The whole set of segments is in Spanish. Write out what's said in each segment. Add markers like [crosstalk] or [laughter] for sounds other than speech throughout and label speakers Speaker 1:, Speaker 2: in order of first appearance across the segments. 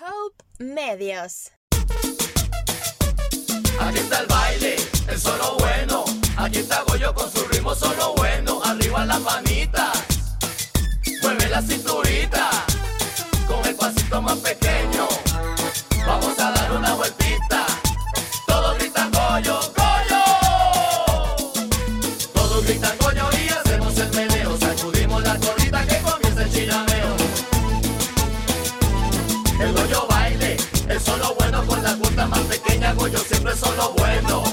Speaker 1: Loop Medios.
Speaker 2: Aquí está el baile, el solo bueno. Aquí está Goyo con su ritmo solo bueno. Arriba las manitas, mueve la cinturita. Con el pasito más pequeño, vamos a dar una vueltita. Todos gritan Goyo, Goyo. Todos gritan Goyo y hacemos el meneo. Sacudimos la colita que comienza el chilameo. El Goyo baile, el solo bueno con la cuota más pequeña. Goyo siempre es solo bueno.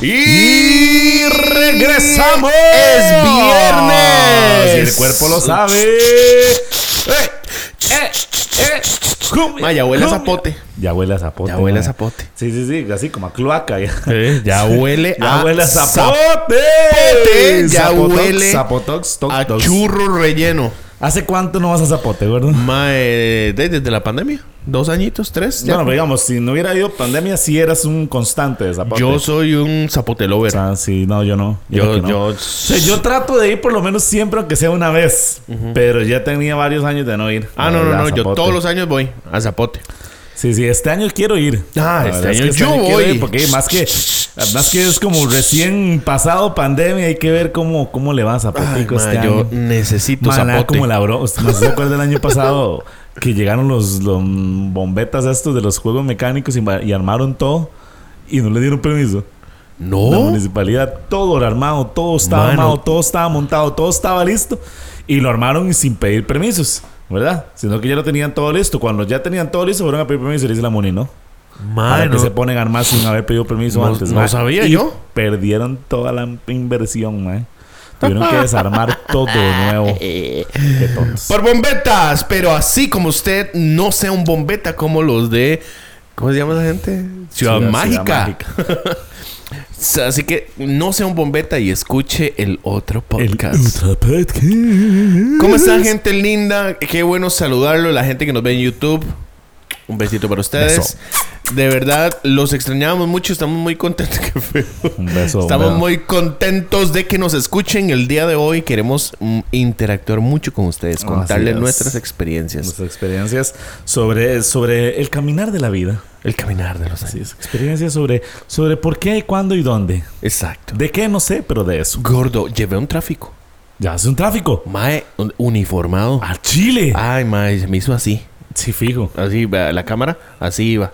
Speaker 3: Y regresamos.
Speaker 4: Es viernes.
Speaker 3: Y el cuerpo lo sabe.
Speaker 4: Ma, ya huele a zapote.
Speaker 3: Ya huele a zapote.
Speaker 4: Ya huele a
Speaker 3: ma.
Speaker 4: zapote.
Speaker 3: Sí, sí, sí. Así como a cloaca. Ya,
Speaker 4: Eh, [laughs] ya huele
Speaker 3: Ya
Speaker 4: a
Speaker 3: huele a zapote.
Speaker 4: zapote, ya
Speaker 3: Zapotox,
Speaker 4: huele
Speaker 3: Zapotox, toc,
Speaker 4: A
Speaker 3: toc.
Speaker 4: churro relleno.
Speaker 3: ¿Hace cuánto no vas a zapote, verdad?
Speaker 4: Mm. Mae, desde, desde la pandemia. Dos añitos, tres. ya.
Speaker 3: Bueno, pero digamos, si no hubiera habido pandemia, si eras un constante de zapote.
Speaker 4: yo soy un zapote
Speaker 3: O
Speaker 4: lover.
Speaker 3: sea, sí, no, yo no.
Speaker 4: Yo-
Speaker 3: creo que no.
Speaker 4: yo-
Speaker 3: O sea, yo trato de ir por lo menos siempre, aunque sea una vez. Pero ya tenía varios años de no ir.
Speaker 4: Ah, no, no,
Speaker 3: La
Speaker 4: no.
Speaker 3: verdad,
Speaker 4: Yo
Speaker 3: zapote.
Speaker 4: todos los años voy a zapote.
Speaker 3: Sí, sí, este año quiero ir.
Speaker 4: Ah,
Speaker 3: La
Speaker 4: este
Speaker 3: verdad es
Speaker 4: año
Speaker 3: que
Speaker 4: yo
Speaker 3: quiero
Speaker 4: voy.
Speaker 3: ir Porque más que, más que es como recién pasado pandemia, hay que ver cómo, cómo le va a
Speaker 4: Ay,
Speaker 3: Zapotico
Speaker 4: ma,
Speaker 3: este
Speaker 4: yo
Speaker 3: año.
Speaker 4: necesito
Speaker 3: Maná,
Speaker 4: zapote.
Speaker 3: como la bro. [laughs] ¿No se acuerdan el año pasado que llegaron los, los bombetas estos de los juegos mecánicos y, ma- y armaron todo y no le dieron permiso? La
Speaker 4: No.
Speaker 3: municipalidad, todo lo armado, todo estaba
Speaker 4: Oh. Mano.
Speaker 3: armado, todo estaba montado, todo estaba listo. Y lo armaron y sin pedir permisos, ¿verdad? Sino que ya lo tenían todo listo. Cuando ya tenían todo listo, fueron a pedir permiso y le dice la MUNI, ¿no? ¿Para
Speaker 4: Mano.
Speaker 3: que se ponen a armar sin haber pedido permiso
Speaker 4: Ah, No-
Speaker 3: antes?
Speaker 4: no
Speaker 3: ma?
Speaker 4: sabía
Speaker 3: Y
Speaker 4: yo.
Speaker 3: Perdieron toda la inversión, man. Tuvieron que
Speaker 4: [laughs]
Speaker 3: desarmar todo de nuevo. Qué tontos.
Speaker 4: Por bombetas, pero así como usted no sea un bombeta como los de. ¿Cómo se llama esa gente? Ciudad,
Speaker 3: Ciudad
Speaker 4: Mágica.
Speaker 3: Mágica.
Speaker 4: O sea, [laughs] así que no sea un bombeta y escuche el otro
Speaker 3: El
Speaker 4: podcast.
Speaker 3: Ultra Podcast.
Speaker 4: ¿Cómo están, gente linda? Qué bueno saludarlo. La gente que nos ve en YouTube. Un besito para ustedes.
Speaker 3: Beso.
Speaker 4: De verdad, los extrañábamos mucho. Estamos muy contentos. [laughs] Qué feo.
Speaker 3: Un beso.
Speaker 4: Estamos
Speaker 3: un beso.
Speaker 4: muy contentos de que nos escuchen el día de hoy. Queremos mm, interactuar mucho con ustedes,
Speaker 3: Así
Speaker 4: contarles
Speaker 3: es.
Speaker 4: nuestras experiencias.
Speaker 3: Nuestras experiencias sobre, sobre el caminar de la vida.
Speaker 4: El caminar de los
Speaker 3: Así
Speaker 4: años.
Speaker 3: es, experiencias sobre, sobre por qué, cuándo y dónde.
Speaker 4: Exacto.
Speaker 3: De qué no sé, pero de eso.
Speaker 4: Gordo, llevé un tráfico.
Speaker 3: Ya hace un tráfico.
Speaker 4: Mae, un- uniformado.
Speaker 3: A Chile.
Speaker 4: Ay, mae, se me hizo así.
Speaker 3: Sí, fijo.
Speaker 4: Así, vea, la cámara, así iba.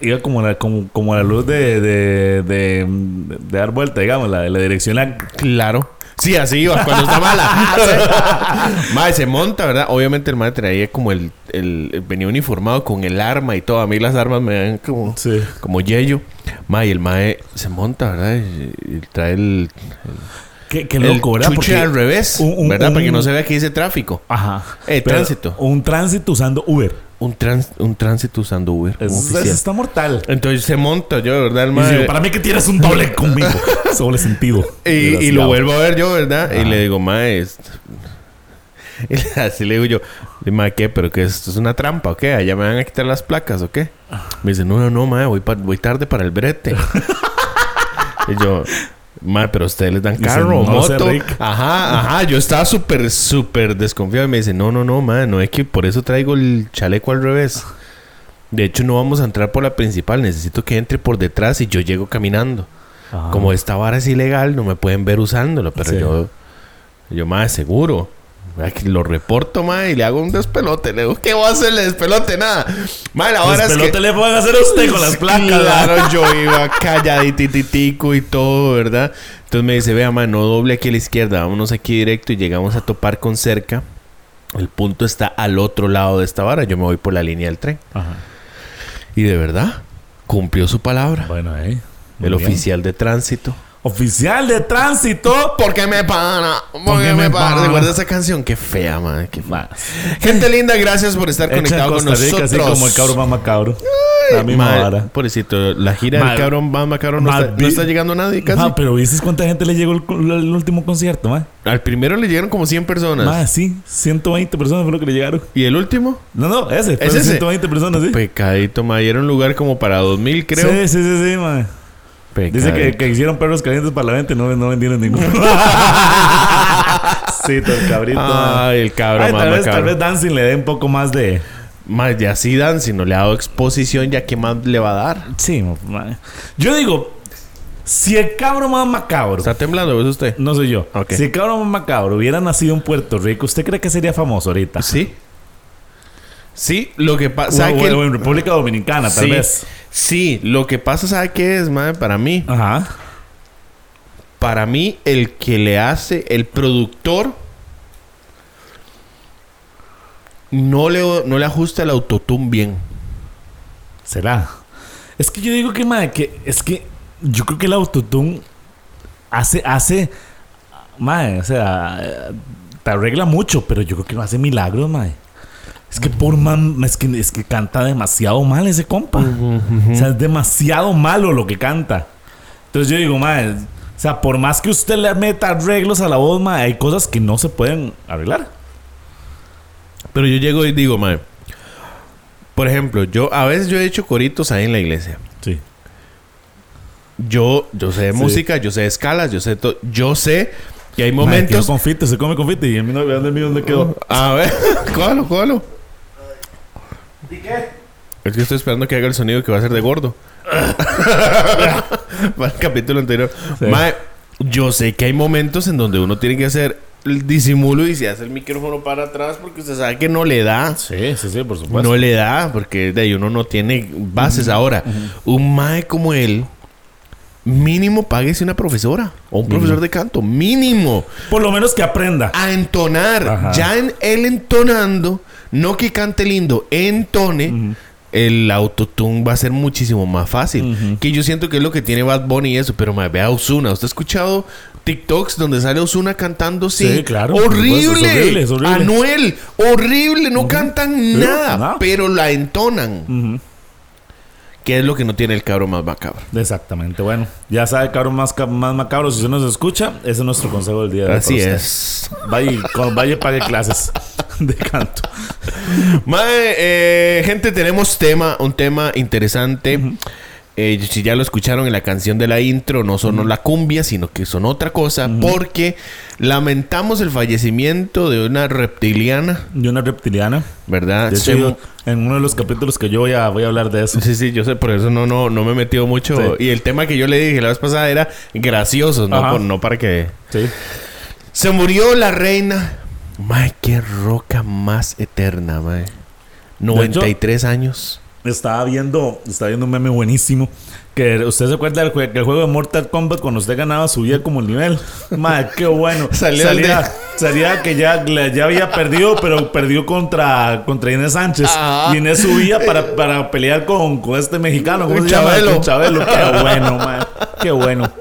Speaker 3: Iba como la, como, como la luz de, de, de, de dar vuelta, digamos, la, la dirección. La...
Speaker 4: Claro. Sí, así iba, cuando está
Speaker 3: [laughs] Ah,
Speaker 4: mala. mae, se monta, ¿verdad? Obviamente el mae traía como el, el- Venía uniformado con el arma y todo. A mí las armas me dan como...
Speaker 3: Sí.
Speaker 4: Como yeyo. Mae, el mae se monta, ¿verdad? Y- y trae el...
Speaker 3: Qué, qué
Speaker 4: el
Speaker 3: loco, ¿verdad?
Speaker 4: chuche
Speaker 3: Porque-
Speaker 4: al revés,
Speaker 3: un- un-
Speaker 4: ¿verdad? Para que
Speaker 3: un-
Speaker 4: no se vea que dice tráfico.
Speaker 3: Ajá.
Speaker 4: Eh,
Speaker 3: Pero
Speaker 4: tránsito.
Speaker 3: Un tránsito usando Uber.
Speaker 4: Un, trans- un tránsito usando Uber. como
Speaker 3: Es- es- [laughs]
Speaker 4: oficial.
Speaker 3: está mortal.
Speaker 4: Entonces se monta yo, ¿verdad? El
Speaker 3: Y
Speaker 4: mae?
Speaker 3: digo, para mí que tienes un doble
Speaker 4: [laughs]
Speaker 3: conmigo. Doble sentido.
Speaker 4: Y, y lo
Speaker 3: Desgraciado.
Speaker 4: vuelvo a ver yo, ¿verdad? Y
Speaker 3: Ajá.
Speaker 4: le digo, mae, es- [laughs] y así le digo yo, mae, ¿qué? ¿Pero qué? ¿Esto es una trampa o qué? ¿Allá me van a quitar las placas o qué? Me dice, no, no, no, mae, voy, pa- voy tarde para
Speaker 3: [laughs]
Speaker 4: el brete. y yo, mae, pero ustedes les dan
Speaker 3: Dice,
Speaker 4: carro o
Speaker 3: "No sé,
Speaker 4: moto.
Speaker 3: Rick.
Speaker 4: Ajá, ajá, yo estaba súper, súper desconfiado. Y me dice, no, no, no, mae, no es que por eso traigo el chaleco al revés. De hecho, no vamos a entrar por la principal. Necesito que entre por detrás y yo llego caminando.
Speaker 3: Ajá. Pues,
Speaker 4: Como esta vara es ilegal, no me pueden ver usándolo, pero
Speaker 3: Ah. Sí.
Speaker 4: yo, yo más seguro. Ay, que Lo reporto, más y le hago un despelote. Le digo, ¿qué voy a hacerle despelote? Nada. Mae, la vara
Speaker 3: Los
Speaker 4: es
Speaker 3: pelotes
Speaker 4: que...
Speaker 3: le pueden hacer a usted con las placas. ¿verdad?
Speaker 4: Claro, yo iba calladititico y todo, ¿verdad? Entonces me dice, vea, mano, no doble aquí a la izquierda, vámonos aquí directo y llegamos a topar con cerca. El punto está al otro lado de esta vara. Yo me voy por la línea del tren.
Speaker 3: Ajá.
Speaker 4: Y de verdad, cumplió su palabra.
Speaker 3: Bueno, eh. Muy
Speaker 4: El
Speaker 3: bien.
Speaker 4: oficial de tránsito.
Speaker 3: Oficial de tránsito.
Speaker 4: ¿Por qué me pana? ¿Por, qué me pana? ¿Recuerdas esa canción? Qué fea, man. Qué fea. Gente linda, gracias por estar
Speaker 3: Hecha en
Speaker 4: conectado con
Speaker 3: Costa Rica,
Speaker 4: nosotros.
Speaker 3: así como el cabrón más macabro. La misma
Speaker 4: Ma-
Speaker 3: vara.
Speaker 4: Pobrecito, la gira
Speaker 3: Ma-
Speaker 4: del cabrón más macabrón no,
Speaker 3: ma-
Speaker 4: está, no está llegando nadie casi.
Speaker 3: Ma, Ah, pero ¿viste cuánta gente le llegó el, el último concierto, ma?
Speaker 4: Al primero le llegaron como 100 personas.
Speaker 3: Ma, sí, 120 personas fue lo que le llegaron.
Speaker 4: ¿Y el último?
Speaker 3: No, no, ese, fue
Speaker 4: ese?
Speaker 3: 120 personas, sí.
Speaker 4: Pecadito, ma. Y era un lugar como para 2000, creo.
Speaker 3: Sí, sí, sí, sí, ma. [laughs]
Speaker 4: [laughs]
Speaker 3: Dice que, que hicieron perros calientes para la venta y no, no vendieron ninguno. Sí, todo el cabrito.
Speaker 4: Ay, el cabrón,
Speaker 3: Ay,
Speaker 4: mamá,
Speaker 3: tal, vez, tal
Speaker 4: cabrón.
Speaker 3: vez Dancing le dé un poco más de.
Speaker 4: Más ya sí dan, si no le ha dado exposición, ya qué más le va a dar.
Speaker 3: Sí, ma- yo digo, si el cabro más macabro,
Speaker 4: Está temblando, ¿es usted?
Speaker 3: no soy yo,
Speaker 4: Ok.
Speaker 3: si el cabro más macabro hubiera nacido en Puerto Rico, ¿usted cree que sería famoso ahorita?
Speaker 4: Sí. Sí, lo que
Speaker 3: O,
Speaker 4: pasa.
Speaker 3: o- o en República Dominicana, tal
Speaker 4: sí,
Speaker 3: vez.
Speaker 4: Sí, lo que pasa, ¿sabe qué es, madre? Para mí.
Speaker 3: Ajá.
Speaker 4: Para mí, el que le hace, el productor, no le, no le ajusta el autotune bien.
Speaker 3: Será. Es que yo digo que, madre, que es que yo creo que el autotune hace, hace, madre, o sea, eh, te arregla mucho, pero yo creo que no hace milagros, madre. Es que por man, es que, es que canta demasiado mal ese compa. O sea, es demasiado malo lo que canta. Entonces yo digo, madre, o sea, por más que usted le meta arreglos a la voz, madre, hay cosas que no se pueden arreglar.
Speaker 4: Pero yo llego y digo, madre. Por ejemplo, yo a veces yo he hecho coritos ahí en la iglesia.
Speaker 3: Sí.
Speaker 4: Yo, yo sé de
Speaker 3: Sí.
Speaker 4: música, yo sé de escalas, yo sé to- Yo sé que hay
Speaker 3: Momentos.
Speaker 4: momentos.
Speaker 3: confite, se come confite y el mío, vean el mío dónde quedó.
Speaker 4: A ver, [laughs] cógalo, cógalo. Es que estoy esperando que haga el sonido que va a ser de gordo. Para el capítulo anterior.
Speaker 3: Sí.
Speaker 4: Mae, yo sé que hay momentos en donde uno tiene que hacer el disimulo y se hace el micrófono para atrás porque usted sabe que no le da.
Speaker 3: Sí, sí, sí, por
Speaker 4: no le da porque de ahí uno no tiene bases. Ahora, un mae como él, mínimo páguese una profesora o un profesor de canto. Mínimo
Speaker 3: Por lo menos que aprenda.
Speaker 4: a entonar.
Speaker 3: Ajá.
Speaker 4: Ya en, él entonando, no que cante lindo, entone. El autotune va a ser muchísimo más fácil. Que yo siento que es lo que tiene Bad Bunny y eso. Pero me vea Osuna. ¿Usted ha escuchado TikToks donde sale Osuna cantando así?
Speaker 3: Sí, claro, por
Speaker 4: ¡Horrible!
Speaker 3: supuesto, es horrible, es horrible.
Speaker 4: Anuel, horrible. No cantan nada,
Speaker 3: nada.
Speaker 4: pero la entonan. Que es lo que no tiene el cabro más macabro.
Speaker 3: Exactamente, bueno. Ya sabe, cabrón, más, ca- más macabro, si usted nos escucha, ese es nuestro consejo del día de hoy.
Speaker 4: Así
Speaker 3: para
Speaker 4: es.
Speaker 3: usted. Vaya, y con- vaya y pague clases de canto.
Speaker 4: Mae, eh, gente, tenemos tema, un tema interesante. Eh, si ya lo escucharon en la canción de la intro, no sonó la cumbia, sino que sonó otra cosa, porque lamentamos el fallecimiento de una reptiliana,
Speaker 3: Y una reptiliana.
Speaker 4: ¿verdad?
Speaker 3: De hecho,
Speaker 4: Se-
Speaker 3: yo- en uno de los capítulos que yo voy a, voy a hablar de eso.
Speaker 4: Sí, sí, yo sé, por eso no, no, no me he metido mucho.
Speaker 3: Sí.
Speaker 4: Y el tema que yo le dije la vez pasada era gracioso, no,
Speaker 3: Ajá.
Speaker 4: Por- no para que...
Speaker 3: Sí.
Speaker 4: Se murió la reina. Mae, qué roca más eterna, mae. 93 años.
Speaker 3: Estaba viendo, estaba viendo un meme buenísimo. Que usted se acuerda del jue- que el juego de Mortal Kombat, cuando usted ganaba, subía como el
Speaker 4: [laughs]
Speaker 3: nivel. Madre, qué bueno.
Speaker 4: Salió el de-
Speaker 3: salía, salía que ya, la- ya había perdido, pero perdió contra, contra Inés Sánchez.
Speaker 4: Ajá.
Speaker 3: Y Inés subía para,
Speaker 4: [laughs]
Speaker 3: para pelear con, con este mexicano. ¿Cómo se
Speaker 4: Chabelo.
Speaker 3: llama? Con Chabelo.
Speaker 4: [laughs]
Speaker 3: Qué bueno, madre. Qué bueno.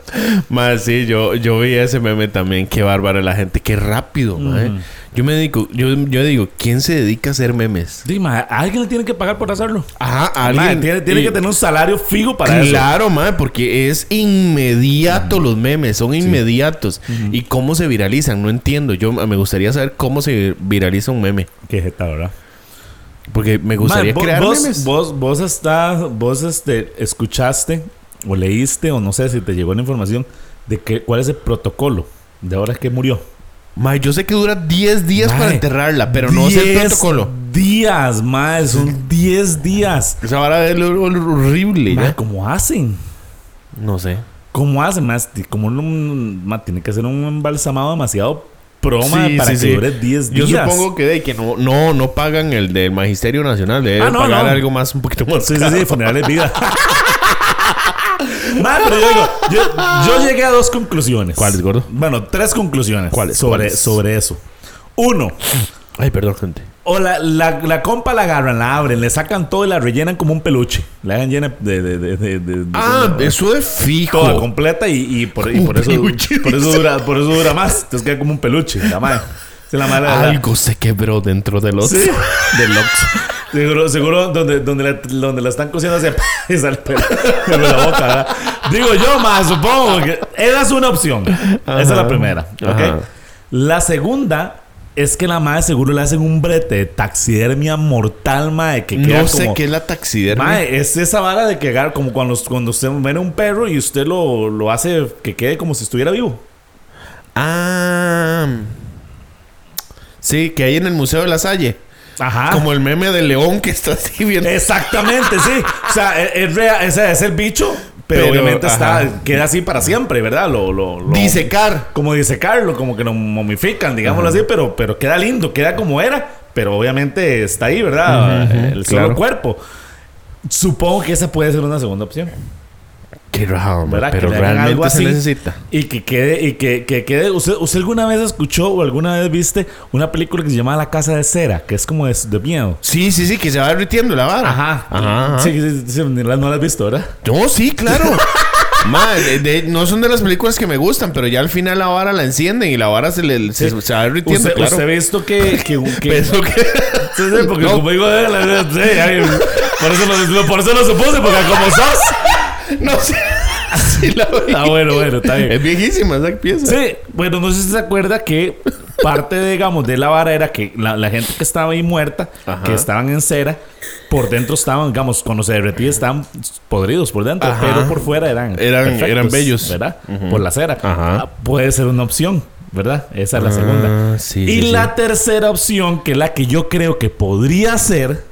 Speaker 4: Más sí, yo, yo vi ese meme también. Qué bárbaro la gente. Qué rápido, mae. Yo me dedico... Yo, yo digo, ¿quién se dedica a hacer memes?
Speaker 3: Dima, ¿a alguien le tiene que pagar por hacerlo?
Speaker 4: Ajá,
Speaker 3: Madre, Ah, tiene tiene
Speaker 4: y-
Speaker 3: que tener un salario fijo para eso.
Speaker 4: Claro, mae, porque es inmediato los memes, son inmediatos. ¿Y cómo se viralizan? No entiendo. Yo me gustaría saber cómo se viraliza un meme.
Speaker 3: Qué jeta, ¿verdad?
Speaker 4: Porque me gustaría
Speaker 3: Mae, vo-
Speaker 4: crear
Speaker 3: vos,
Speaker 4: memes.
Speaker 3: Vos, vos estás, vos este, escuchaste o leíste o no sé si te llegó la información de que, cuál es el protocolo de ahora que murió.
Speaker 4: Mae, yo sé que dura 10 días para
Speaker 3: Mae,
Speaker 4: enterrarla, pero no sé el
Speaker 3: 10
Speaker 4: protocolo.
Speaker 3: Días, más, son 10 días.
Speaker 4: Esa vara es lo- lo- lo horrible,
Speaker 3: Mae,
Speaker 4: ¿ya?
Speaker 3: ¿Cómo hacen?
Speaker 4: No sé.
Speaker 3: ¿Cómo hacen? Más, como tiene que ser un embalsamado demasiado proma
Speaker 4: Sí,
Speaker 3: para
Speaker 4: sí,
Speaker 3: que
Speaker 4: sí.
Speaker 3: dure 10
Speaker 4: Yo
Speaker 3: días.
Speaker 4: supongo que de que no, no, no pagan el del Magisterio Nacional, deben
Speaker 3: Ah, no,
Speaker 4: pagar
Speaker 3: no.
Speaker 4: algo más, un poquito más.
Speaker 3: Sí, sí, sí, funerales
Speaker 4: [laughs]
Speaker 3: vida. Madre, pero yo digo, yo, yo llegué a dos conclusiones.
Speaker 4: ¿Cuáles, Ah. gordo?
Speaker 3: Bueno, tres conclusiones.
Speaker 4: ¿Cuáles?
Speaker 3: Sobre,
Speaker 4: ¿Cuáles?
Speaker 3: sobre eso. Uno,
Speaker 4: Ay, perdón, gente.
Speaker 3: o la, la, la compa la agarran, la abren, le sacan todo y la rellenan como un peluche. La hagan llena de. de, de, de- de-
Speaker 4: Ah,
Speaker 3: de-
Speaker 4: eso es fijo.
Speaker 3: Toda completa y, y por, y
Speaker 4: Como
Speaker 3: por eso,
Speaker 4: peluche,
Speaker 3: por, eso
Speaker 4: dice.
Speaker 3: dura, por eso dura más. Entonces queda como un peluche, la
Speaker 4: [laughs]
Speaker 3: madre. Se la madre la-
Speaker 4: Algo se quebró dentro del los
Speaker 3: Sí.
Speaker 4: [laughs]
Speaker 3: [laughs]
Speaker 4: del Oxxo.
Speaker 3: Seguro, seguro donde, donde, la, donde la están cociendo hacia y [laughs] sale pelo por la boca, ¿verdad? Digo yo, más supongo que esa es una opción. Esa es la primera. ¿ok?
Speaker 4: Ajá.
Speaker 3: La segunda es que la madre seguro le hacen un brete de taxidermia mortal, madre, que queda
Speaker 4: No sé
Speaker 3: como-
Speaker 4: qué es la taxidermia.
Speaker 3: Mae, es esa vara de que agar- como cuando, cuando usted ven un perro y usted lo, lo hace que quede como si estuviera vivo.
Speaker 4: Ah. Sí, que hay en el Museo de la Salle.
Speaker 3: Ajá.
Speaker 4: Como el meme de León que está así viendo.
Speaker 3: Exactamente, sí. O sea, e-, es, es rea- ese es el bicho, pero,
Speaker 4: Pero,
Speaker 3: obviamente
Speaker 4: ajá.
Speaker 3: está, queda así para siempre, ¿verdad? Lo, lo, lo-
Speaker 4: Disecar.
Speaker 3: Como disecarlo, como que lo momifican, digámoslo así, pero, pero queda lindo, queda como era, pero obviamente está ahí, ¿verdad? el solo
Speaker 4: claro.
Speaker 3: cuerpo. Supongo que esa puede ser una segunda opción.
Speaker 4: Qué raro, man,
Speaker 3: ¿verdad?
Speaker 4: pero
Speaker 3: le hagan
Speaker 4: realmente se necesita.
Speaker 3: Y que quede, y que, que quede. ¿Usted, ¿Usted alguna vez escuchó o alguna vez viste una película que se llama La Casa de Cera, que es como de, de miedo?
Speaker 4: Sí, sí, sí, que se va derritiendo la vara.
Speaker 3: Ajá.
Speaker 4: Ajá. ajá.
Speaker 3: Sí, sí, sí, ni la- no la has visto, ¿verdad?
Speaker 4: No, sí, claro.
Speaker 3: [laughs]
Speaker 4: Ma, de- de- no son de las películas que me gustan, pero ya al final la vara la encienden y la vara se, le, se, se va derritiendo,
Speaker 3: Usted,
Speaker 4: claro.
Speaker 3: usted ha visto que. que, que-
Speaker 4: Pensó que-
Speaker 3: [laughs] Sí, sí, porque
Speaker 4: No.
Speaker 3: como digo, eh, la- la- sí, ay, por, eso lo, lo- por eso lo supuse, porque como
Speaker 4: [laughs]
Speaker 3: sos. [laughs]
Speaker 4: No sé. Sí [laughs] la vi.
Speaker 3: Ah, bueno, bueno, está bien.
Speaker 4: Es viejísima esa pieza.
Speaker 3: Sí, bueno, no sé si se acuerda que parte, digamos, de la vara era que la, la gente que estaba ahí muerta,
Speaker 4: Ajá.
Speaker 3: que estaban en cera, por dentro estaban, digamos, cuando se derretía estaban podridos por dentro,
Speaker 4: Ajá.
Speaker 3: pero por fuera eran
Speaker 4: Eran- eran bellos.
Speaker 3: ¿verdad? Por la cera.
Speaker 4: Ajá.
Speaker 3: Ah, Puede ser una opción, ¿verdad? Esa es la
Speaker 4: Ah,
Speaker 3: segunda.
Speaker 4: sí,
Speaker 3: y
Speaker 4: sí,
Speaker 3: la
Speaker 4: sí.
Speaker 3: tercera opción, que es la que yo creo que podría ser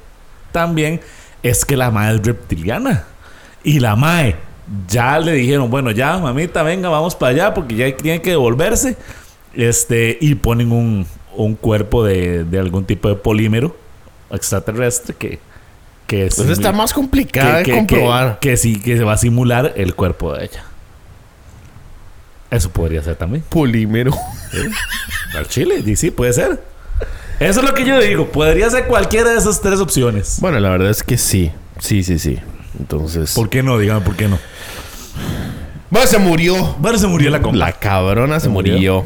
Speaker 3: también, es que la madre es reptiliana. Y la mae, ya le dijeron, bueno, ya, mamita, venga, vamos para allá porque ya tiene que devolverse. Este, y ponen un, un cuerpo de, de algún tipo de polímero extraterrestre que, que
Speaker 4: Entonces está
Speaker 3: simu-
Speaker 4: más
Speaker 3: que-
Speaker 4: complicada de
Speaker 3: que- que-
Speaker 4: comprobar.
Speaker 3: que sí, que se va a simular el cuerpo de ella. Eso podría ser también.
Speaker 4: Polímero.
Speaker 3: Al chile, y sí, puede ser. Eso es lo que yo digo. Podría ser cualquiera de esas tres opciones.
Speaker 4: [laughs] Bueno, la verdad es que sí. Sí, sí, sí. Entonces.
Speaker 3: ¿Por qué no? Dígame, ¿por qué no?
Speaker 4: Bueno, se murió.
Speaker 3: Bueno, se murió la compa.
Speaker 4: La cabrona se,
Speaker 3: murió.
Speaker 4: murió.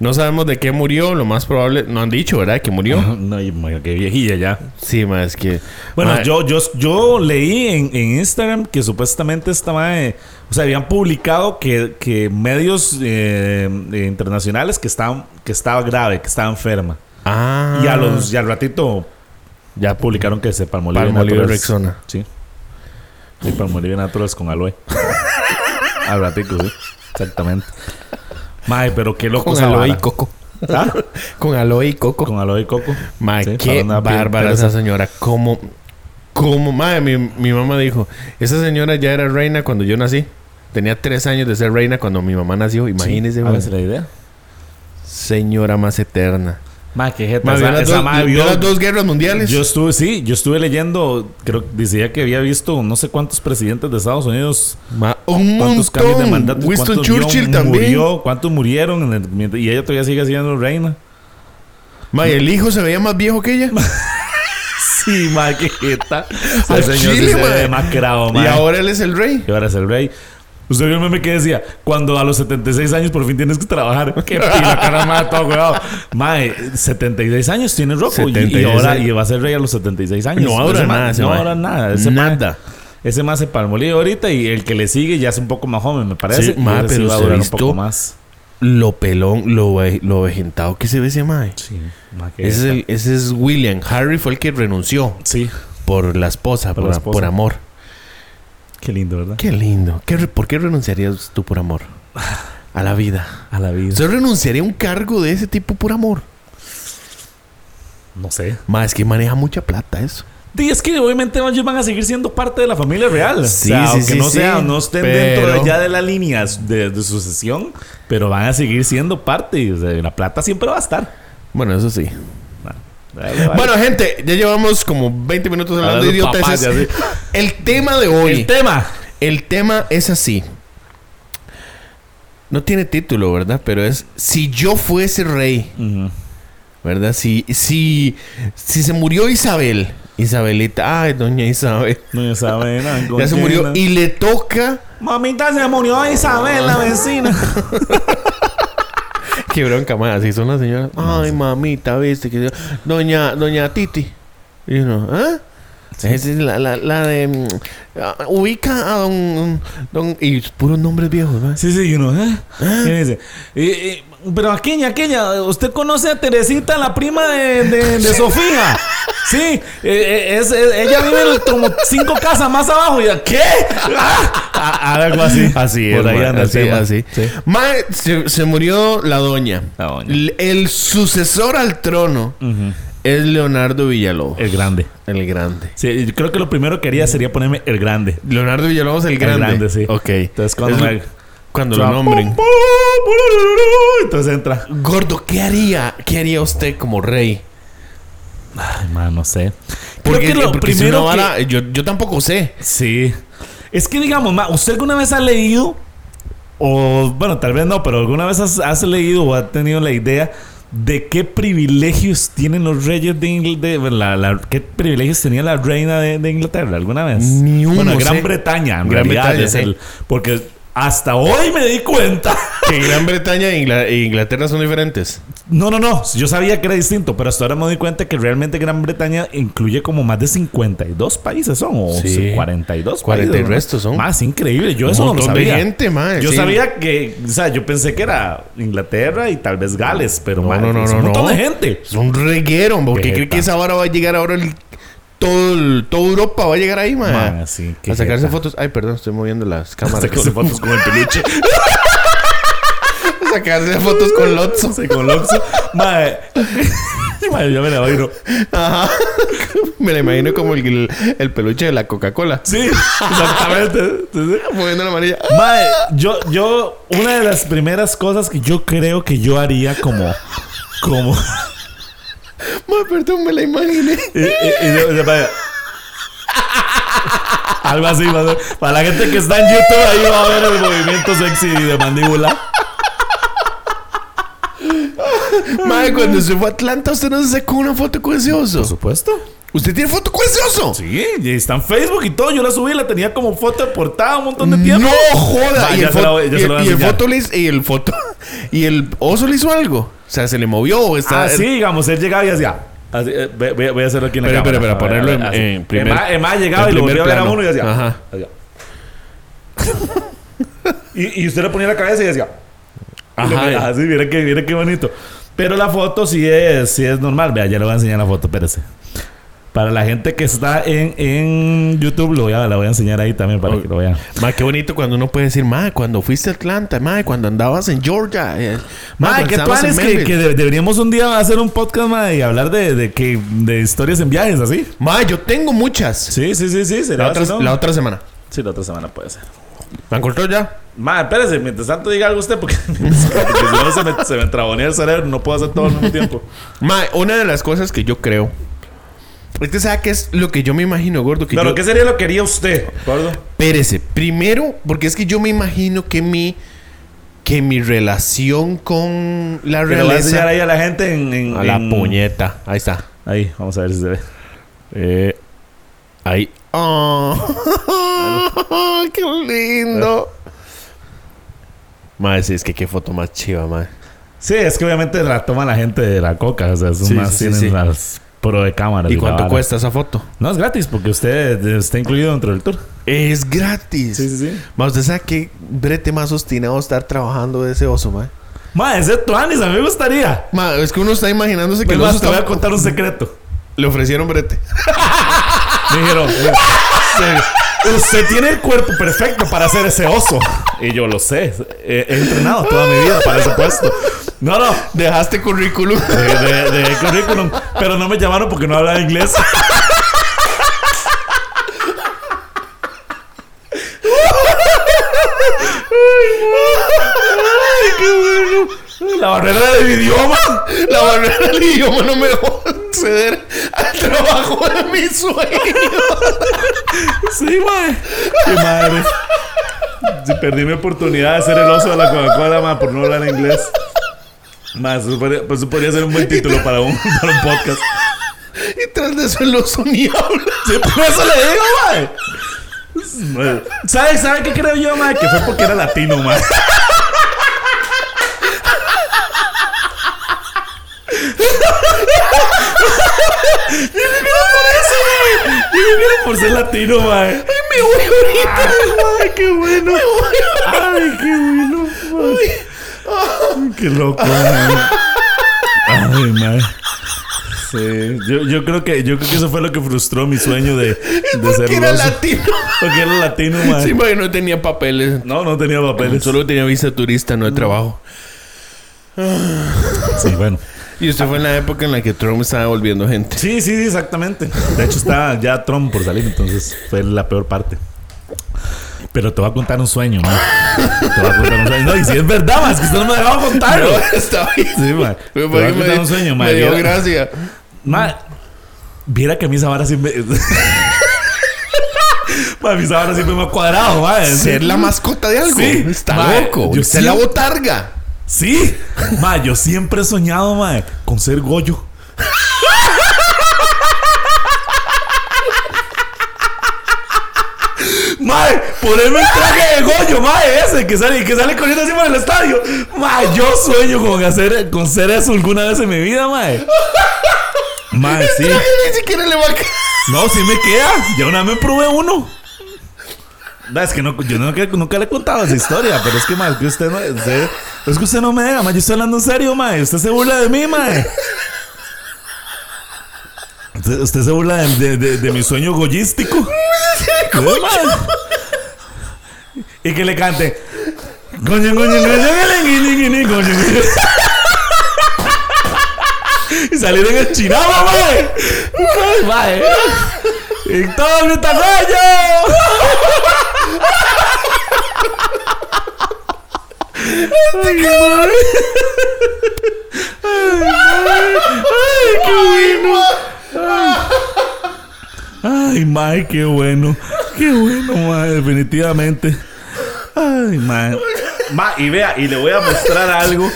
Speaker 4: No sabemos de qué murió. Lo más probable. No han dicho, ¿verdad? Que murió.
Speaker 3: No, y, madre, qué viejilla ya.
Speaker 4: Sí, ma, es que.
Speaker 3: Bueno,
Speaker 4: ma,
Speaker 3: yo, yo, yo leí en, en Instagram que supuestamente esta madre, o sea, habían publicado que, que medios eh, eh, internacionales que estaban, que estaba grave, que estaba enferma.
Speaker 4: Ah.
Speaker 3: Y a los, y al ratito
Speaker 4: Ya publicó.
Speaker 3: publicaron que se palmolive
Speaker 4: Palmolive
Speaker 3: naturals.
Speaker 4: Rexona.
Speaker 3: Sí. Sí, palmolive naturals con
Speaker 4: [laughs]
Speaker 3: aloe. al ratito, sí. Exactamente. Madre, pero qué loco
Speaker 4: Con
Speaker 3: esa
Speaker 4: aloe y
Speaker 3: vara.
Speaker 4: coco.
Speaker 3: ¿Ah?
Speaker 4: [laughs] Con aloe y coco.
Speaker 3: Con aloe y coco.
Speaker 4: Ma,
Speaker 3: Sí, para
Speaker 4: qué
Speaker 3: una piel
Speaker 4: bárbara
Speaker 3: tersa.
Speaker 4: esa señora. ¿Cómo? ¿Cómo? Ma, mi, mi mamá dijo: Esa señora ya era reina cuando yo nací. Tenía tres años de ser reina cuando mi mamá nació. Imagínese,
Speaker 3: Sí,
Speaker 4: ma,
Speaker 3: hágase la idea.
Speaker 4: señora más eterna.
Speaker 3: Madre, qué jeta.
Speaker 4: Ma,
Speaker 3: esa-
Speaker 4: vio las
Speaker 3: esa
Speaker 4: dos-
Speaker 3: madre
Speaker 4: vio
Speaker 3: vio-
Speaker 4: las dos guerras mundiales.
Speaker 3: Yo estuve, sí, yo estuve leyendo, creo que decía que había visto no sé cuántos presidentes de Estados Unidos,
Speaker 4: Ma, un
Speaker 3: cuántos cambios de
Speaker 4: montón.
Speaker 3: mandato,
Speaker 4: Winston
Speaker 3: cuántos
Speaker 4: Churchill
Speaker 3: murió-
Speaker 4: también.
Speaker 3: murió, cuántos murieron, en el- mientras- y ella todavía sigue siendo reina.
Speaker 4: Ma, y el hijo se veía más viejo que ella.
Speaker 3: Sí, ma, que jeta.
Speaker 4: Al
Speaker 3: Ese señor sí
Speaker 4: chile,
Speaker 3: se ve
Speaker 4: ma.
Speaker 3: demacrado, ma.
Speaker 4: y ahora él es el rey.
Speaker 3: Y ahora es el rey. Usted vio el meme que decía, cuando a los 76 años por fin tienes que
Speaker 4: [laughs]
Speaker 3: trabajar. Qué pila, cara, ma, todo cuidado. Mae, 76 años tiene Rocco. Y, y
Speaker 4: 76.
Speaker 3: ahora y va a ser rey a los 76 años.
Speaker 4: No ahora
Speaker 3: Ese ma-
Speaker 4: nada, ese
Speaker 3: No
Speaker 4: ma.
Speaker 3: ahora nada. Ese ma-
Speaker 4: Nada.
Speaker 3: Ese más se palmolió ahorita y el que le sigue ya es un poco más joven, me parece.
Speaker 4: Sí, ma,
Speaker 3: Y ese
Speaker 4: pero
Speaker 3: va a
Speaker 4: usted
Speaker 3: durar un
Speaker 4: visto-
Speaker 3: poco más.
Speaker 4: Lo pelón, lo, ve- lo vejentado que se ve ese mae.
Speaker 3: Sí, ma, que-
Speaker 4: Ese es, el- ese es William. Harry fue el que renunció
Speaker 3: Sí,
Speaker 4: por la esposa,
Speaker 3: Por
Speaker 4: por,
Speaker 3: la esposa.
Speaker 4: por amor.
Speaker 3: qué lindo, ¿verdad?
Speaker 4: Qué lindo. ¿Qué re- ¿Por qué renunciarías tú por amor? A la vida.
Speaker 3: A la vida.
Speaker 4: ¿Usted renunciaría a un cargo de ese tipo por amor?
Speaker 3: No sé.
Speaker 4: Más es que maneja mucha plata eso.
Speaker 3: Y es que obviamente ellos van a seguir siendo parte de la familia real.
Speaker 4: Sí,
Speaker 3: o sea,
Speaker 4: sí,
Speaker 3: aunque
Speaker 4: sí,
Speaker 3: no,
Speaker 4: sí.
Speaker 3: sean, no estén dentro
Speaker 4: Pero-
Speaker 3: ya de las líneas de, de sucesión, pero van a seguir siendo parte. y, o sea, la plata siempre va a estar.
Speaker 4: Bueno, eso sí.
Speaker 3: Vale, vale.
Speaker 4: Bueno, gente, ya llevamos como 20 minutos hablando de
Speaker 3: Hablando
Speaker 4: idioteces.
Speaker 3: papayas, sí.
Speaker 4: [laughs] El tema de
Speaker 3: el
Speaker 4: hoy,
Speaker 3: tema.
Speaker 4: el tema es así. No tiene título, ¿verdad? Pero es si yo fuese rey,
Speaker 3: Ujú.
Speaker 4: ¿verdad? Si si si se murió Isabel, Isabelita, ay, doña Isabel.
Speaker 3: No ya saben, nada,
Speaker 4: Ya se
Speaker 3: con
Speaker 4: murió
Speaker 3: llena.
Speaker 4: y le toca
Speaker 3: Mamita se murió Isabel, la vecina.
Speaker 4: Qué bronca, ma. Así son las señoras. Ay, mamita, viste que... Doña, doña Titi. Y uno, ¿eh? Es la, la, la de. mm, ah, ubica a don, don- Y puros nombres viejos, ¿verdad?
Speaker 3: Sí, sí, y uno, ¿eh? Y me dice, eh, eh, pero aquella, aquella, ¿usted conoce a Teresita, la prima de, de- de Sofía? Sí, eh, eh, es, es- ella vive en como cinco casas más abajo. Y yo, ¿qué? Ah, algo así.
Speaker 4: Así es.
Speaker 3: Por ahí
Speaker 4: ma,
Speaker 3: anda el
Speaker 4: así,
Speaker 3: tema.
Speaker 4: así.
Speaker 3: Sí.
Speaker 4: Mae, se, se murió la doña.
Speaker 3: La doña. Mm.
Speaker 4: L- El sucesor al trono es Leonardo Villalobos.
Speaker 3: El grande.
Speaker 4: El grande.
Speaker 3: Sí, yo creo que lo primero que haría sería ponerme el grande.
Speaker 4: Leonardo Villalobos, el grande.
Speaker 3: grande, sí.
Speaker 4: Ok.
Speaker 3: Entonces, cuando
Speaker 4: Es-
Speaker 3: me-
Speaker 4: cuando
Speaker 3: O
Speaker 4: lo
Speaker 3: sea,
Speaker 4: nombren.
Speaker 3: pum, pum, purururú, Entonces entra.
Speaker 4: Gordo, ¿qué haría? ¿Qué haría usted como rey?
Speaker 3: Ay, man, no sé.
Speaker 4: Porque, eh,
Speaker 3: creo que lo
Speaker 4: porque si
Speaker 3: primero
Speaker 4: no,
Speaker 3: que-
Speaker 4: ahora- yo, yo tampoco sé.
Speaker 3: Sí. Es que digamos, ma, ¿usted alguna vez ha leído? O bueno, tal vez no, pero alguna vez has, has leído o ha tenido la idea de qué privilegios tienen los reyes de Inglaterra. ¿Qué privilegios tenía la reina de, de Inglaterra alguna vez?
Speaker 4: Ni uno
Speaker 3: Bueno, Gran
Speaker 4: sé.
Speaker 3: Bretaña, en
Speaker 4: Gran
Speaker 3: realidad,
Speaker 4: Bretaña,
Speaker 3: es
Speaker 4: sí.
Speaker 3: el- porque hasta hoy me di cuenta.
Speaker 4: Que Gran Bretaña e Ingla- e Inglaterra son diferentes.
Speaker 3: No, no, no. Yo sabía que era distinto, pero hasta ahora me doy cuenta que realmente Gran Bretaña incluye como más de 52 países, son o
Speaker 4: Sí.
Speaker 3: 42
Speaker 4: Cuarenta y
Speaker 3: países, ¿no?
Speaker 4: resto son.
Speaker 3: Más increíble. Yo eso
Speaker 4: Un
Speaker 3: no lo
Speaker 4: montón de
Speaker 3: sabía.
Speaker 4: gente, mae,
Speaker 3: yo
Speaker 4: sí.
Speaker 3: sabía que, o sea, yo pensé que era Inglaterra y tal vez Gales, pero
Speaker 4: No,
Speaker 3: mae,
Speaker 4: no, no,
Speaker 3: es
Speaker 4: no.
Speaker 3: un montón
Speaker 4: no.
Speaker 3: de gente. [laughs]
Speaker 4: Es un reguero, porque
Speaker 3: Qué
Speaker 4: cree que
Speaker 3: jeta.
Speaker 4: esa vara va a llegar ahora el- todo, el- toda Europa va a llegar ahí, man.
Speaker 3: Man, sí, qué
Speaker 4: a sacarse
Speaker 3: jeta.
Speaker 4: fotos. Ay, perdón, estoy moviendo las cámaras.
Speaker 3: Hasta que se fotos con el peluche.
Speaker 4: [laughs] a sacarse fotos con Lotso.
Speaker 3: Sí, con Loxo. Mae. [laughs] Mae, yo me la bailo.
Speaker 4: Ajá. Me la imagino como el, el peluche de la Coca-Cola.
Speaker 3: Sí, exactamente. Entonces,
Speaker 4: Moviendo la Ah, amarilla.
Speaker 3: Mae, yo, yo, una de las primeras cosas que yo creo que yo haría como, como,
Speaker 4: Ma, perdón, me la imaginé.
Speaker 3: y- y- y- y- mae. algo así, mae. para la gente que está en YouTube, ahí va a ver el movimiento sexy de mandíbula.
Speaker 4: Madre, cuando se fue a Atlanta, usted no se sacó una foto con ese oso.
Speaker 3: supuesto.
Speaker 4: ¿Usted tiene foto con ese oso?
Speaker 3: Sí, y está en Facebook y todo. Yo la subí, la tenía como foto de portada un montón de tiempo.
Speaker 4: No joda.
Speaker 3: Va,
Speaker 4: y
Speaker 3: ya
Speaker 4: el,
Speaker 3: se la
Speaker 4: fo-
Speaker 3: voy- ya
Speaker 4: y
Speaker 3: se la
Speaker 4: el-
Speaker 3: voy a
Speaker 4: y el
Speaker 3: enseñar.
Speaker 4: foto le hizo- y el foto [laughs] y el oso le hizo algo. O sea, se le movió. o está-
Speaker 3: Así, Ah, digamos, él llegaba y hacía. Así, eh, ve- voy, a- voy a hacerlo aquí en la
Speaker 4: Espera,
Speaker 3: cámara.
Speaker 4: espera, espera, ponerlo en-
Speaker 3: Así.
Speaker 4: en primer-
Speaker 3: Emma- Emma llegaba
Speaker 4: en
Speaker 3: y lo
Speaker 4: primer
Speaker 3: volvía a ver a
Speaker 4: plano.
Speaker 3: uno y hacía.
Speaker 4: Ajá.
Speaker 3: hacía. [laughs] y, y usted le ponía la cabeza y hacía. Y lo miraba
Speaker 4: Ajá.
Speaker 3: Así, mira que, mira qué bonito. Pero la foto sí es, sí es normal. Vea, ya le voy a enseñar la foto, espérese. Para la gente que está en, en YouTube, lo voy a, la voy a enseñar ahí también para que lo vean.
Speaker 4: Ma, qué bonito cuando uno puede decir, ma, cuando fuiste a Atlanta, ma, cuando andabas en Georgia. eh, ma,
Speaker 3: Madre,
Speaker 4: cuando
Speaker 3: que tú
Speaker 4: estabas en
Speaker 3: haces que,
Speaker 4: Memphis".
Speaker 3: que de- deberíamos un día hacer un podcast madre, y hablar de, de, que, de historias en viajes, así.
Speaker 4: Ma, yo tengo muchas.
Speaker 3: Sí, sí, sí, sí. Será
Speaker 4: la, otra,
Speaker 3: así, ¿no?
Speaker 4: la otra semana.
Speaker 3: Sí, la otra semana puede ser.
Speaker 4: ¿La encontró ya?
Speaker 3: Madre, espérese, mientras tanto diga algo usted, porque, [laughs] porque si no se me, se me trabonea el cerebro, no puedo hacer todo al mismo tiempo.
Speaker 4: Ma, una de las cosas que yo creo. Es que sabe que es lo que yo me imagino, gordo. [laughs] Que
Speaker 3: Pero,
Speaker 4: yo-
Speaker 3: ¿qué sería lo que haría usted? ¿Gordo?
Speaker 4: Espérese, primero, porque es que yo me imagino que mi que mi relación con la
Speaker 3: Pero voy a enseñar
Speaker 4: realeza
Speaker 3: ahí a la gente en. en-
Speaker 4: a la
Speaker 3: en-
Speaker 4: puñeta, ahí está.
Speaker 3: Ahí, vamos a ver si se ve.
Speaker 4: Eh, ahí. Oh, [laughs] qué lindo. Madre, sí, es que qué foto más chiva, madre.
Speaker 3: Sí, es que obviamente la toma la gente de la coca. O sea, son
Speaker 4: Sí,
Speaker 3: más
Speaker 4: sí, sí,
Speaker 3: tienen
Speaker 4: sí.
Speaker 3: las pro de cámara.
Speaker 4: ¿Y cuánto
Speaker 3: vara.
Speaker 4: cuesta esa foto?
Speaker 3: No, es gratis porque usted eh, está incluido dentro del tour.
Speaker 4: Es gratis.
Speaker 3: Sí, sí, sí.
Speaker 4: Ma, usted sabe qué brete más obstinado estar trabajando de ese oso, madre.
Speaker 3: Madre, ese Tuanis, a mí me gustaría.
Speaker 4: Ma, es que uno está imaginándose que
Speaker 3: Pero
Speaker 4: el oso
Speaker 3: más, te voy a
Speaker 4: estaba-
Speaker 3: contar un secreto.
Speaker 4: le ofrecieron brete. [laughs]
Speaker 3: Me dijeron, eh, "Usted- usted tiene el cuerpo perfecto para hacer ese oso. Y yo lo sé, Eh, he, he entrenado toda mi vida para ese puesto. No, no,
Speaker 4: Dejaste currículum. [laughs]
Speaker 3: de, de- de currículum, pero no me llamaron porque no hablaba inglés. Ay, qué bueno. La barrera del idioma.
Speaker 4: La barrera del idioma no me dejó acceder al trabajo de mis sueños.
Speaker 3: Sí, mae. Qué madre. Sí, Perdí mi oportunidad de ser el oso de la Coca-Cola, mae, por no hablar inglés. Mae, eso podría, pues eso podría ser un buen título para un, para un podcast.
Speaker 4: Y tras de eso el oso ni habla.
Speaker 3: Sí, por eso le digo, mae. Mae, ¿Sabe, ¿Sabe qué creo yo, mae? Que fue porque era latino, mae. Yo creo por eso, por ser latino, mae.
Speaker 4: Me voy ahorita.
Speaker 3: Ay, qué bueno. Ay, qué bueno. mae. Qué loco, mae. Ay, mae. Sí, yo, yo creo que yo creo que eso fue lo que frustró mi sueño de, de ser
Speaker 4: Porque era
Speaker 3: ruso.
Speaker 4: latino.
Speaker 3: Porque era latino, mae.
Speaker 4: Sí, porque no tenía papeles.
Speaker 3: No, no tenía papeles.
Speaker 4: Solo tenía visa turista, no de trabajo.
Speaker 3: Sí, bueno.
Speaker 4: Y esto fue en la época en la que Trump estaba volviendo gente.
Speaker 3: Sí, sí, sí, exactamente. De hecho, está ya Trump por salir, entonces fue la peor parte. Pero te voy a contar un sueño, man. Te voy a contar un sueño. No, y si es verdad, man, es que usted no me ha dejado
Speaker 4: [laughs]
Speaker 3: contarlo.
Speaker 4: No, está bien.
Speaker 3: Sí, man. Te
Speaker 4: Pero
Speaker 3: voy a
Speaker 4: porque
Speaker 3: contar
Speaker 4: di-
Speaker 3: un sueño, man.
Speaker 4: me dio
Speaker 3: Viera-
Speaker 4: gracia.
Speaker 3: Man, viera que a mí esa vara [laughs] siempre. Man, a mí esa vara siempre me ha cuadrado, man.
Speaker 4: Ser la mascota de algo.
Speaker 3: Sí.
Speaker 4: Está
Speaker 3: Mae,
Speaker 4: loco.
Speaker 3: yo
Speaker 4: Ser la
Speaker 3: siempre-
Speaker 4: botarga.
Speaker 3: Sí, ma, yo siempre he soñado, ma, con ser Goyo. Mae, ponerme el traje de Goyo, mae, ese que sale, que sale corriendo así por el estadio. Mae, yo sueño con hacer, con ser eso alguna vez en mi vida, mae. Mae, sí.
Speaker 4: Traje ni siquiera le va a quedar.
Speaker 3: No, sí me queda. Ya una vez me probé uno. Da, es que no, yo nunca, nunca le he contado esa historia, pero es que, más que usted no. usted- es que usted no me deja, ma. Yo estoy hablando en serio, ma. y Usted se burla de mí, ma. Usted, usted se burla de, de- de- de mi sueño goyístico. Sí, ma. Y que le cante. Coño, coño, coño, guiñi, guiñi, coño, coño. [laughs] Y salir en el chinaba, mae. Ay, mae. ¡Víctor Vitagollo! ¡Ay, mae. ¡Ay, mae, qué bueno! ¡Qué bueno, mae! Definitivamente. ¡Ay, mae! Ma, y vea, y le voy a mostrar algo.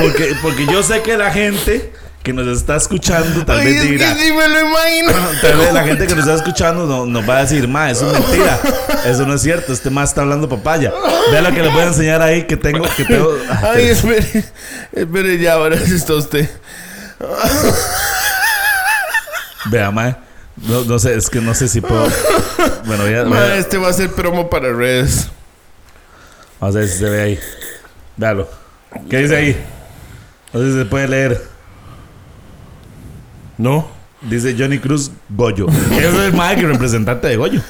Speaker 3: Porque, porque yo sé que la gente que nos está escuchando tal
Speaker 4: [laughs] Ay,
Speaker 3: vez
Speaker 4: es que
Speaker 3: dirá.
Speaker 4: sí me lo imagino.
Speaker 3: [laughs] Tal vez la gente que nos está escuchando no- nos va a decir, ma, eso es mentira. Eso no es cierto. Este ma está hablando papaya. Vea lo que les voy a enseñar ahí que tengo. Que tengo.
Speaker 4: [laughs] Ay, espere. Espere, ya, ahora sí está usted.
Speaker 3: Vea, ma. No, no sé, es que no sé si puedo. Bueno, ya.
Speaker 4: Ma,
Speaker 3: vea.
Speaker 4: este va a ser promo para redes.
Speaker 3: Vamos a ver si se ve ahí. Dalo. ¿Qué dice ahí? No sé si se puede leer.
Speaker 4: No.
Speaker 3: Dice Johnny Cruz Goyo. Es el ma que representante de Goyo.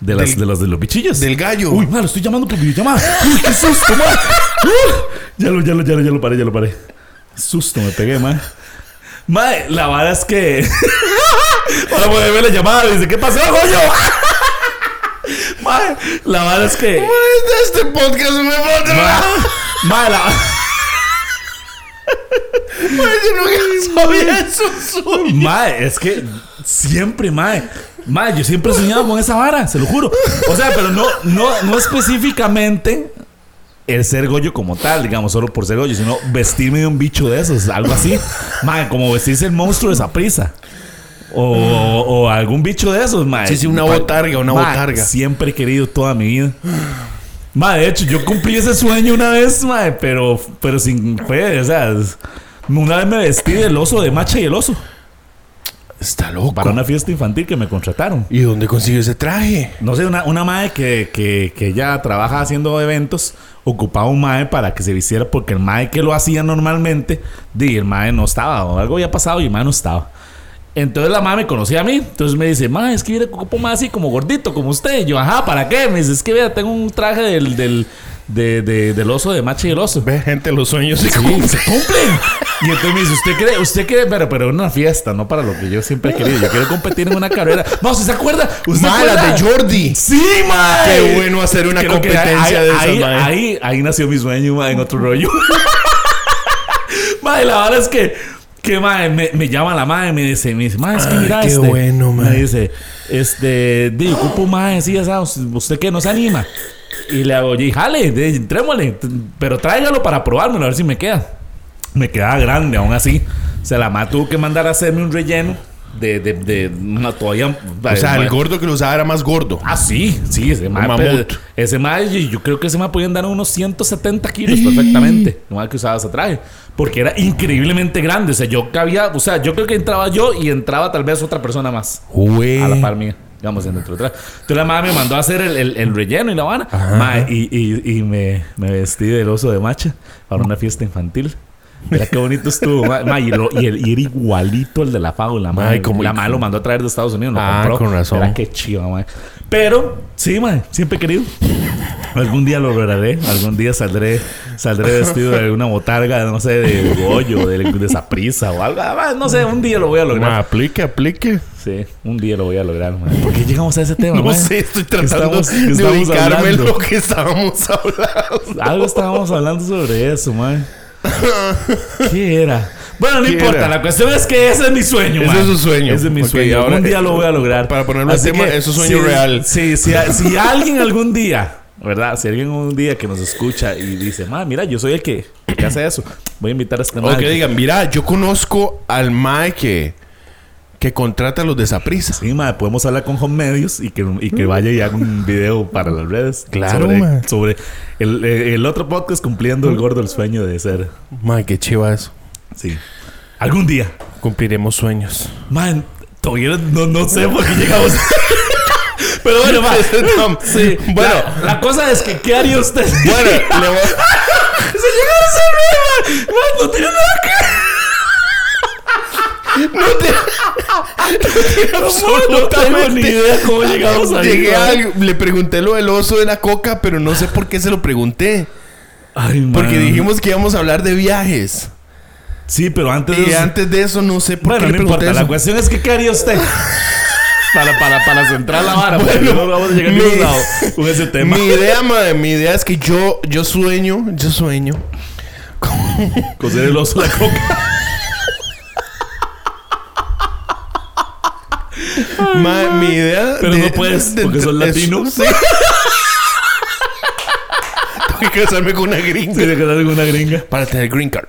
Speaker 3: De, las, de, los, de los bichillos.
Speaker 4: Del gallo.
Speaker 3: Uy, ma, lo estoy llamando por videollamada. Uy, qué susto, ma. Uh, ya lo, ya lo, ya lo, ya lo paré, ya lo paré. Susto, me pegué, ma. Ma, la verdad es que. [laughs] Ahora voy a ver la llamada. Dice, ¿qué pasó, [laughs] coño? ma, la verdad es que.
Speaker 4: Ma, Este podcast me va a
Speaker 3: Ma, ma, la.
Speaker 4: Ma, yo nunca sabía eso suyo.
Speaker 3: Ma, es que siempre, ma. Ma, yo siempre he soñado con esa vara, se lo juro. O sea, pero no, no, no específicamente el ser goyo como tal, digamos, solo por ser goyo, sino vestirme de un bicho de esos, algo así. Mae, como vestirse el monstruo de esa prisa. O, o algún bicho de esos, mae.
Speaker 4: Sí, sí, una
Speaker 3: Pa-
Speaker 4: botarga, una
Speaker 3: mae,
Speaker 4: botarga.
Speaker 3: Siempre he querido toda mi vida. Mae, de hecho, yo cumplí ese sueño una vez, mae, pero, pero sin fue, o sea, es- una vez me vestí del oso de macha y el oso
Speaker 4: Está loco.
Speaker 3: para una fiesta infantil que me contrataron.
Speaker 4: ¿Y dónde consiguió ese traje?
Speaker 3: No sé, una, una mae que, que, que ya trabaja haciendo eventos, ocupaba un mae para que se vistiera, porque el mae que lo hacía normalmente, di, el mae no estaba, o algo había pasado y el mae no estaba. Entonces la mae me conocía a mí, entonces me dice, mae, es que viene ocupo más así como gordito, como usted. Y yo, ajá, ¿para qué? Me dice, es que vea, tengo un traje del, del, de- de- del oso de macho y el oso.
Speaker 4: Ve, gente, los sueños se
Speaker 3: Sí, se cumplen. Y entonces me dice, usted quiere, usted quiere, pero, pero en una fiesta, no para lo que yo siempre he querido. Yo quiero competir en una carrera. No, ¿se acuerda? ¿Usted se acuerda?
Speaker 4: Mala de Jordi.
Speaker 3: Sí, mae.
Speaker 4: Qué bueno hacer una
Speaker 3: Creo que
Speaker 4: competencia
Speaker 3: ahí,
Speaker 4: de esas,
Speaker 3: ahí,
Speaker 4: mae.
Speaker 3: ahí, ahí nació mi sueño, mae, en otro rollo. [laughs] mae, la verdad es que, que mae, me, me llama la madre, me dice, me dice, mae, es que
Speaker 4: Ay,
Speaker 3: mira
Speaker 4: qué
Speaker 3: este.
Speaker 4: bueno, mae.
Speaker 3: Me dice, este, di, ocupo mae, sí, ya sabes, usted que no se anima. Y le hago, y jale, de- entrémosle, t- pero tráigalo para probármelo, a ver si me queda. Me quedaba grande, aún así. O sea, la madre tuvo que mandar a hacerme un relleno de, de, de una todavía.
Speaker 4: O sea, el gordo que lo usaba era más gordo.
Speaker 3: Ah, sí, sí, ese mae.
Speaker 4: mamut.
Speaker 3: pero- Ese mae, y yo creo que ese mae podía andar unos 170 kilos perfectamente. El mae que usaba ese traje. Porque era increíblemente grande. O sea, yo cabía, o sea, yo creo que entraba yo y entraba tal vez otra persona más.
Speaker 4: Güey.
Speaker 3: A la par mía. Digamos, en dentro atrás. Entonces la madre me mandó a hacer el, el- el relleno y la vana. Mae, y y, y me, me vestí del oso de macha para una fiesta infantil. Mira qué bonito estuvo. mae. Mae, y, lo- y el- y era igualito el de la fábula. mae.
Speaker 4: Mae, como-
Speaker 3: la madre lo mandó a traer de Estados Unidos. lo
Speaker 4: Ah,
Speaker 3: compró.
Speaker 4: con razón.
Speaker 3: Era que chiva, mae. Pero, sí, mae. Siempre he querido. Algún día lo lograré. Algún día saldré, saldré vestido de una botarga, no sé, de Goyo, de, de Saprisa o algo. Ah, mae, no sé, un día lo voy a lograr.
Speaker 4: Ma, aplique, aplique.
Speaker 3: Sí, un día lo voy a lograr, man. ¿Por qué llegamos a ese tema,
Speaker 4: No
Speaker 3: man?
Speaker 4: sé, estoy tratando
Speaker 3: estamos- qué
Speaker 4: de
Speaker 3: estamos
Speaker 4: ubicarme en
Speaker 3: hablando?
Speaker 4: lo que estábamos [laughs] hablando.
Speaker 3: Algo estábamos hablando sobre eso, man. ¿Qué era? Bueno, no
Speaker 4: ¿Qué
Speaker 3: importa.
Speaker 4: era?
Speaker 3: La cuestión es que ese es mi sueño,
Speaker 4: Ese
Speaker 3: man.
Speaker 4: es su sueño.
Speaker 3: Ese es mi
Speaker 4: Ok,
Speaker 3: sueño.
Speaker 4: ahora-
Speaker 3: un día lo voy a lograr.
Speaker 4: para ponerlo en tema, es un sueño
Speaker 3: sí,
Speaker 4: real.
Speaker 3: Sí, sí, a- si alguien algún día, ¿verdad? Si alguien un día que nos escucha y dice, man, mira, yo soy el que, el que hace eso. Voy a invitar a este man.
Speaker 4: O que digan, mira, yo conozco al Mae que, que contrata a los de Saprisa.
Speaker 3: Sí, madre, podemos hablar con Home Medios y que, y que vaya y haga un video para las redes.
Speaker 4: Claro,
Speaker 3: Sobre,
Speaker 4: mae.
Speaker 3: sobre el, eh, el otro podcast cumpliendo el gordo el sueño de ser.
Speaker 4: Mae, qué chiva eso.
Speaker 3: Sí. Algún día.
Speaker 4: Cumpliremos sueños.
Speaker 3: Man, todavía no, no sé por qué
Speaker 4: [laughs]
Speaker 3: llegamos. Pero bueno, mae. [laughs] Sí.
Speaker 4: Bueno.
Speaker 3: La, la cosa es que, ¿qué haría usted? si [laughs]
Speaker 4: Bueno, le voy [laughs]
Speaker 3: llegara a ser mae? Mae, no tiene nada que No tengo ni idea cómo llegamos ahí.
Speaker 4: Llegué
Speaker 3: mae.
Speaker 4: a algo- le pregunté lo del oso de la coca, pero no sé por qué se lo pregunté.
Speaker 3: Ay, mae.
Speaker 4: Porque dijimos que íbamos a hablar de viajes.
Speaker 3: Sí, pero antes de
Speaker 4: Y
Speaker 3: eso-
Speaker 4: antes de eso no sé por
Speaker 3: Bueno,
Speaker 4: qué
Speaker 3: no
Speaker 4: le pregunté
Speaker 3: importa. La
Speaker 4: eso.
Speaker 3: cuestión es que ¿qué haría usted? [laughs] para, para, para centrar la vara. porque
Speaker 4: Bueno,
Speaker 3: no vamos a llegar a
Speaker 4: mi-
Speaker 3: ningún lado con ese tema.
Speaker 4: Mi idea, madre, mi idea es que yo, yo sueño, yo sueño.
Speaker 3: Coser el oso la [laughs] coca.
Speaker 4: Ma- mi idea.
Speaker 3: Pero no puedes, porque sos
Speaker 4: es-
Speaker 3: latino.
Speaker 4: sí. [laughs] Tengo que casarme con una gringa.
Speaker 3: Tiene que dar alguna gringa.
Speaker 4: Para tener green card.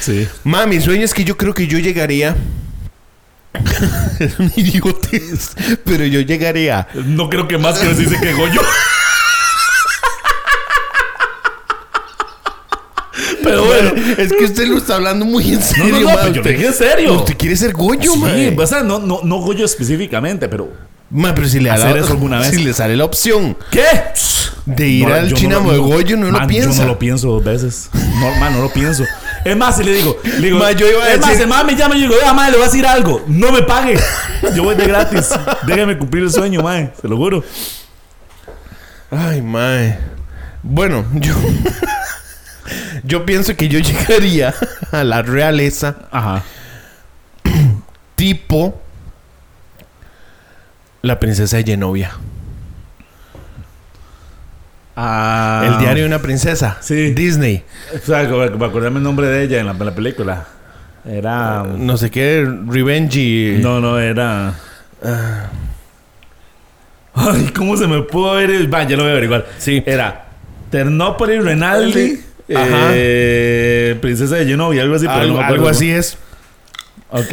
Speaker 3: Sí.
Speaker 4: Ma, mi sueño es que yo creo que yo llegaría. [laughs] es un idiotez. Pero yo llegaría.
Speaker 3: No creo que más que nos dice que Goyo. Pero bueno.
Speaker 4: es que usted lo está hablando muy en
Speaker 3: No,
Speaker 4: serio,
Speaker 3: no, no,
Speaker 4: ma,
Speaker 3: pero yo
Speaker 4: usted-
Speaker 3: lo dije en serio.
Speaker 4: Usted quiere ser Goyo, ma.
Speaker 3: Sí, o sea, no, no, no Goyo específicamente, pero.
Speaker 4: Ma, pero si le, da la-
Speaker 3: Hacer eso alguna vez.
Speaker 4: si le sale la opción
Speaker 3: ¿Qué?
Speaker 4: de ir
Speaker 3: No,
Speaker 4: al
Speaker 3: yo
Speaker 4: Chinamo
Speaker 3: lo-
Speaker 4: de Goyo, no
Speaker 3: Man,
Speaker 4: lo piensa.
Speaker 3: Yo no lo pienso dos veces. No, man, no lo pienso. Es más, si le digo, le digo
Speaker 4: Ma, yo iba a
Speaker 3: es más,
Speaker 4: decir-
Speaker 3: el man me llama y yo digo, ah, madre, le voy a decir algo. No me pague. Yo voy de gratis. Déjame cumplir el sueño, man. Se lo juro.
Speaker 4: Ay, mae. Bueno, yo. [laughs] yo pienso que yo [laughs] llegaría a la realeza
Speaker 3: Ajá.
Speaker 4: tipo. La princesa de Genovia. El diario de una princesa.
Speaker 3: Ah. Sí.
Speaker 4: Disney.
Speaker 3: O sea, que- que acordarme el nombre de ella en la, en la película. Era.
Speaker 4: No sé qué. Revenge. y-
Speaker 3: No, no, era. ah. Ay, ¿cómo se me pudo ver el. Va, ya lo voy a averiguar.
Speaker 4: Sí.
Speaker 3: Era Ternópolis Renaldi.
Speaker 4: Ajá.
Speaker 3: eh, Princesa de Genovia, algo así. pero no
Speaker 4: algo
Speaker 3: me acuerdo
Speaker 4: algo así es.
Speaker 3: cómo. Ok.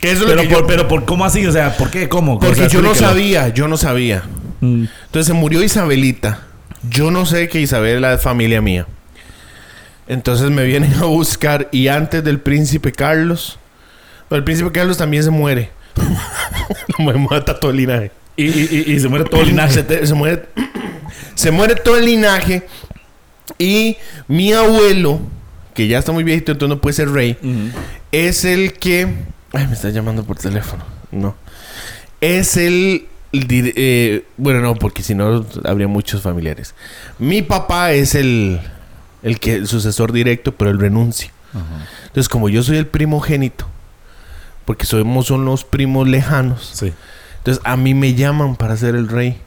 Speaker 4: Que eso es lo
Speaker 3: Pero
Speaker 4: que
Speaker 3: por,
Speaker 4: yo-
Speaker 3: pero por cómo así, o sea, ¿por qué? ¿Cómo?
Speaker 4: porque
Speaker 3: O sea,
Speaker 4: yo no
Speaker 3: explíquelo.
Speaker 4: sabía. Yo no sabía.
Speaker 3: Mm.
Speaker 4: Entonces se murió Isabelita. Yo no sé que Isabela es familia mía. Entonces me vienen a buscar y antes del príncipe Carlos. El príncipe Carlos también se muere. [laughs] me mata todo el linaje.
Speaker 3: Y, y- y- y se muere todo el
Speaker 4: [laughs] Se,
Speaker 3: linaje.
Speaker 4: te- se muere. Se muere todo el linaje. Y mi abuelo, que ya está muy viejito, entonces no puede ser rey. Es el que. Ay, me está llamando por teléfono. No. Es el. dir- eh, bueno, no, porque si no habría muchos familiares. Mi papá es el. El, que, el sucesor directo, pero él renuncia. Entonces, como yo soy el primogénito, porque somos unos primos lejanos,
Speaker 3: Sí.
Speaker 4: entonces a mí me llaman para ser el rey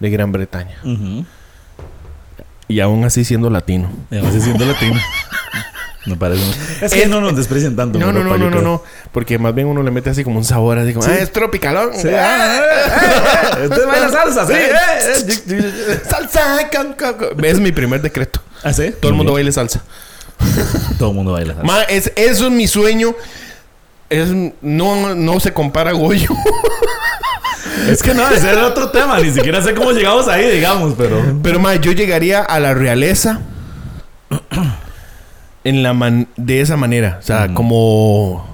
Speaker 4: de Gran Bretaña.
Speaker 3: Ujú.
Speaker 4: Y aún así siendo latino.
Speaker 3: Y además se siente
Speaker 4: [laughs]
Speaker 3: latino. Me parece. Es que no nos desprecian tanto.
Speaker 4: No,
Speaker 3: en
Speaker 4: no, no,
Speaker 3: Europa, yo
Speaker 4: no, no,
Speaker 3: creo.
Speaker 4: no. Porque más bien uno le mete así como un sabor, así como, "Ah, es tropicalón.
Speaker 3: Sí, ah,
Speaker 4: [laughs]
Speaker 3: eh, eh, Usted baila salsa, sí. eh, eh.
Speaker 4: Salsa, can, can, can. Es mi primer decreto.
Speaker 3: ¿Ah, sí?
Speaker 4: Todo el mundo baile salsa.
Speaker 3: Todo el mundo baila salsa.
Speaker 4: Ma, es, eso es mi sueño. es, no, no se compara a Goyo.
Speaker 3: Es que no, ese era otro tema. Ni siquiera sé cómo llegamos ahí, digamos, pero.
Speaker 4: Pero mae, yo llegaría a la realeza en la man- de esa manera. O sea, como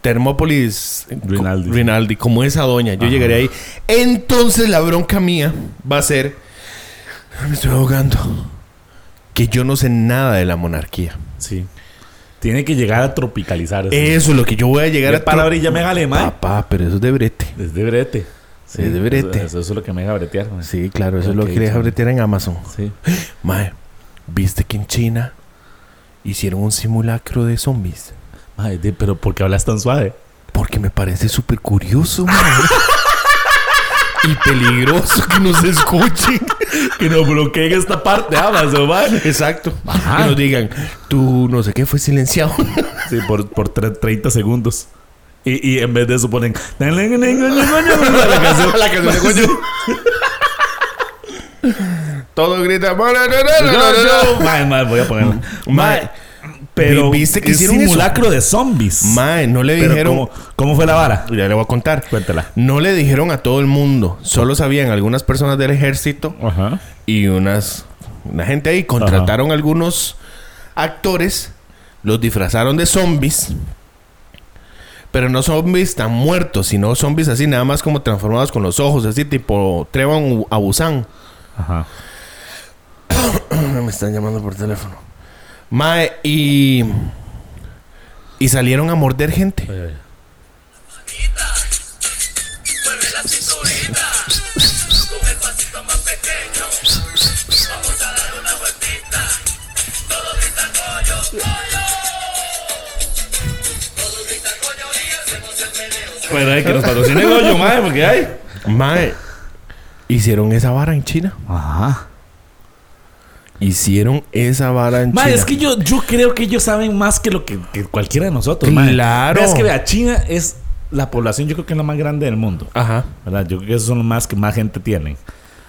Speaker 4: Termópolis co-
Speaker 3: Rinaldi.
Speaker 4: Rinaldi, como esa doña. Yo llegaría ahí. Entonces la bronca mía va a ser. "Ah, Me estoy ahogando. Que yo no sé nada de la monarquía.
Speaker 3: Sí. Tiene que llegar a tropicalizar. eso.
Speaker 4: Eso es lo que yo voy a llegar
Speaker 3: ¿Qué
Speaker 4: a.
Speaker 3: palabra y ya me gale, mae?
Speaker 4: Papá, pero eso es de brete.
Speaker 3: Es de brete.
Speaker 4: Es de brete.
Speaker 3: Eso, eso es lo que me deja bretear. mae.
Speaker 4: Sí, claro, eso es lo
Speaker 3: Ok,
Speaker 4: que deja
Speaker 3: sí.
Speaker 4: bretear en Amazon.
Speaker 3: Sí.
Speaker 4: Mae, ¿viste que en China hicieron un simulacro de zombies?
Speaker 3: Mae, de- pero ¿por qué hablas tan suave?
Speaker 4: Porque me parece súper curioso, [laughs] mae. y peligroso que nos escuchen.
Speaker 3: Que no bloqueen esta parte, ah, Amazon, mae.
Speaker 4: Exacto.
Speaker 3: Ajá.
Speaker 4: Que nos digan, tú no sé qué fue [laughs] silenciado.
Speaker 3: Sí, por, por tre- 30 segundos. Y, y en vez de eso ponen. La
Speaker 4: [laughs]
Speaker 3: canción.
Speaker 4: La canción de Goyo. Todo grita. "Mara, no, no, no, no, no".
Speaker 3: Mae, mae, voy a ponerla. Mae, pero.
Speaker 4: ¿vi- viste que
Speaker 3: es
Speaker 4: hicieron eso?
Speaker 3: simulacro de zombies.
Speaker 4: Mae, no le
Speaker 3: Pero
Speaker 4: dijeron.
Speaker 3: ¿cómo, ¿cómo fue la vara?
Speaker 4: Ya le voy a contar.
Speaker 3: Cuéntala.
Speaker 4: No le dijeron a todo el mundo. Solo sabían algunas personas del ejército
Speaker 3: Ajá.
Speaker 4: y unas... Una gente ahí. Contrataron algunos actores. Los disfrazaron de zombies. Pero no zombies tan muertos, sino zombies así nada más como transformados con los ojos. Así tipo Trevon a Busan.
Speaker 3: Ajá.
Speaker 4: [coughs] Me están llamando por teléfono. Mae, y... Y salieron a morder gente.
Speaker 2: Mueve la cinturita con el pasito más pequeño. Vamos a dar una vueltita. Todo grita coño, coño. Todo grita coño y hacemos el meneo.
Speaker 3: Bueno, hay que nos patrocine Goyo, mae, porque hay.
Speaker 4: Mae, hicieron esa vara en China.
Speaker 3: Ajá.
Speaker 4: Hicieron esa vara en
Speaker 3: Mae,
Speaker 4: China.
Speaker 3: es que yo, yo creo que ellos saben más que lo que, que cualquiera de nosotros, mae.
Speaker 4: Claro.
Speaker 3: Vea, Es que vea, China es la población, yo creo que es la más grande del mundo.
Speaker 4: Ajá.
Speaker 3: ¿Verdad? Yo creo que esos son los más que más gente tienen.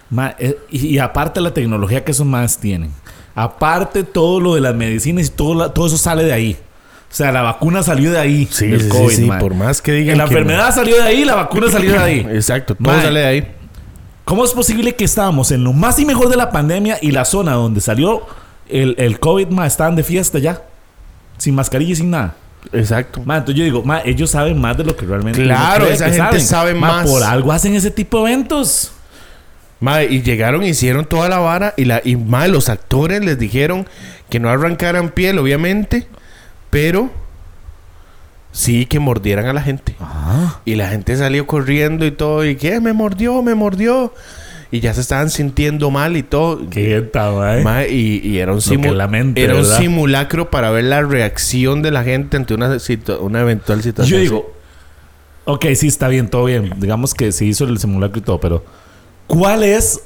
Speaker 3: Ma- eh, y, y aparte la tecnología que esos más tienen. Aparte todo lo de las medicinas y todo, la- todo eso sale de ahí. O sea, la vacuna salió de ahí.
Speaker 4: Sí,
Speaker 3: del
Speaker 4: sí, sí,
Speaker 3: COVID,
Speaker 4: sí,
Speaker 3: ma.
Speaker 4: por más que digan
Speaker 3: La
Speaker 4: que
Speaker 3: enfermedad salió de ahí, la vacuna salió de
Speaker 4: [laughs]
Speaker 3: ahí.
Speaker 4: Exacto, todo
Speaker 3: Mae.
Speaker 4: sale de ahí.
Speaker 3: ¿Cómo es posible que estábamos en lo más y mejor de la pandemia y la zona donde salió el, el COVID, ma, estaban de fiesta ya? Sin mascarilla y sin nada.
Speaker 4: Exacto.
Speaker 3: Ma, entonces yo digo, ma, ellos saben más de lo que realmente uno
Speaker 4: Claro,
Speaker 3: cree
Speaker 4: esa
Speaker 3: que
Speaker 4: gente sabe
Speaker 3: Ma,
Speaker 4: más.
Speaker 3: Por algo hacen ese tipo de eventos.
Speaker 4: Mae, y llegaron, hicieron toda la vara y la y mae, los actores les dijeron que no arrancaran piel, obviamente, pero sí que mordieran a la gente.
Speaker 3: Ah.
Speaker 4: Y la gente salió corriendo y todo y que "Eh, me mordió, me mordió. Y ya se estaban sintiendo mal y todo.
Speaker 3: Qué eh. está, mae.
Speaker 4: Mae, y, y era un,
Speaker 3: Lo que
Speaker 4: simu-
Speaker 3: lamente,
Speaker 4: era un
Speaker 3: ¿verdad?
Speaker 4: simulacro para ver la reacción de la gente ante una, situ- una eventual situación.
Speaker 3: Yo
Speaker 4: así.
Speaker 3: digo, ok, sí, está bien, todo bien. Digamos que se hizo el simulacro y todo, pero ¿cuál es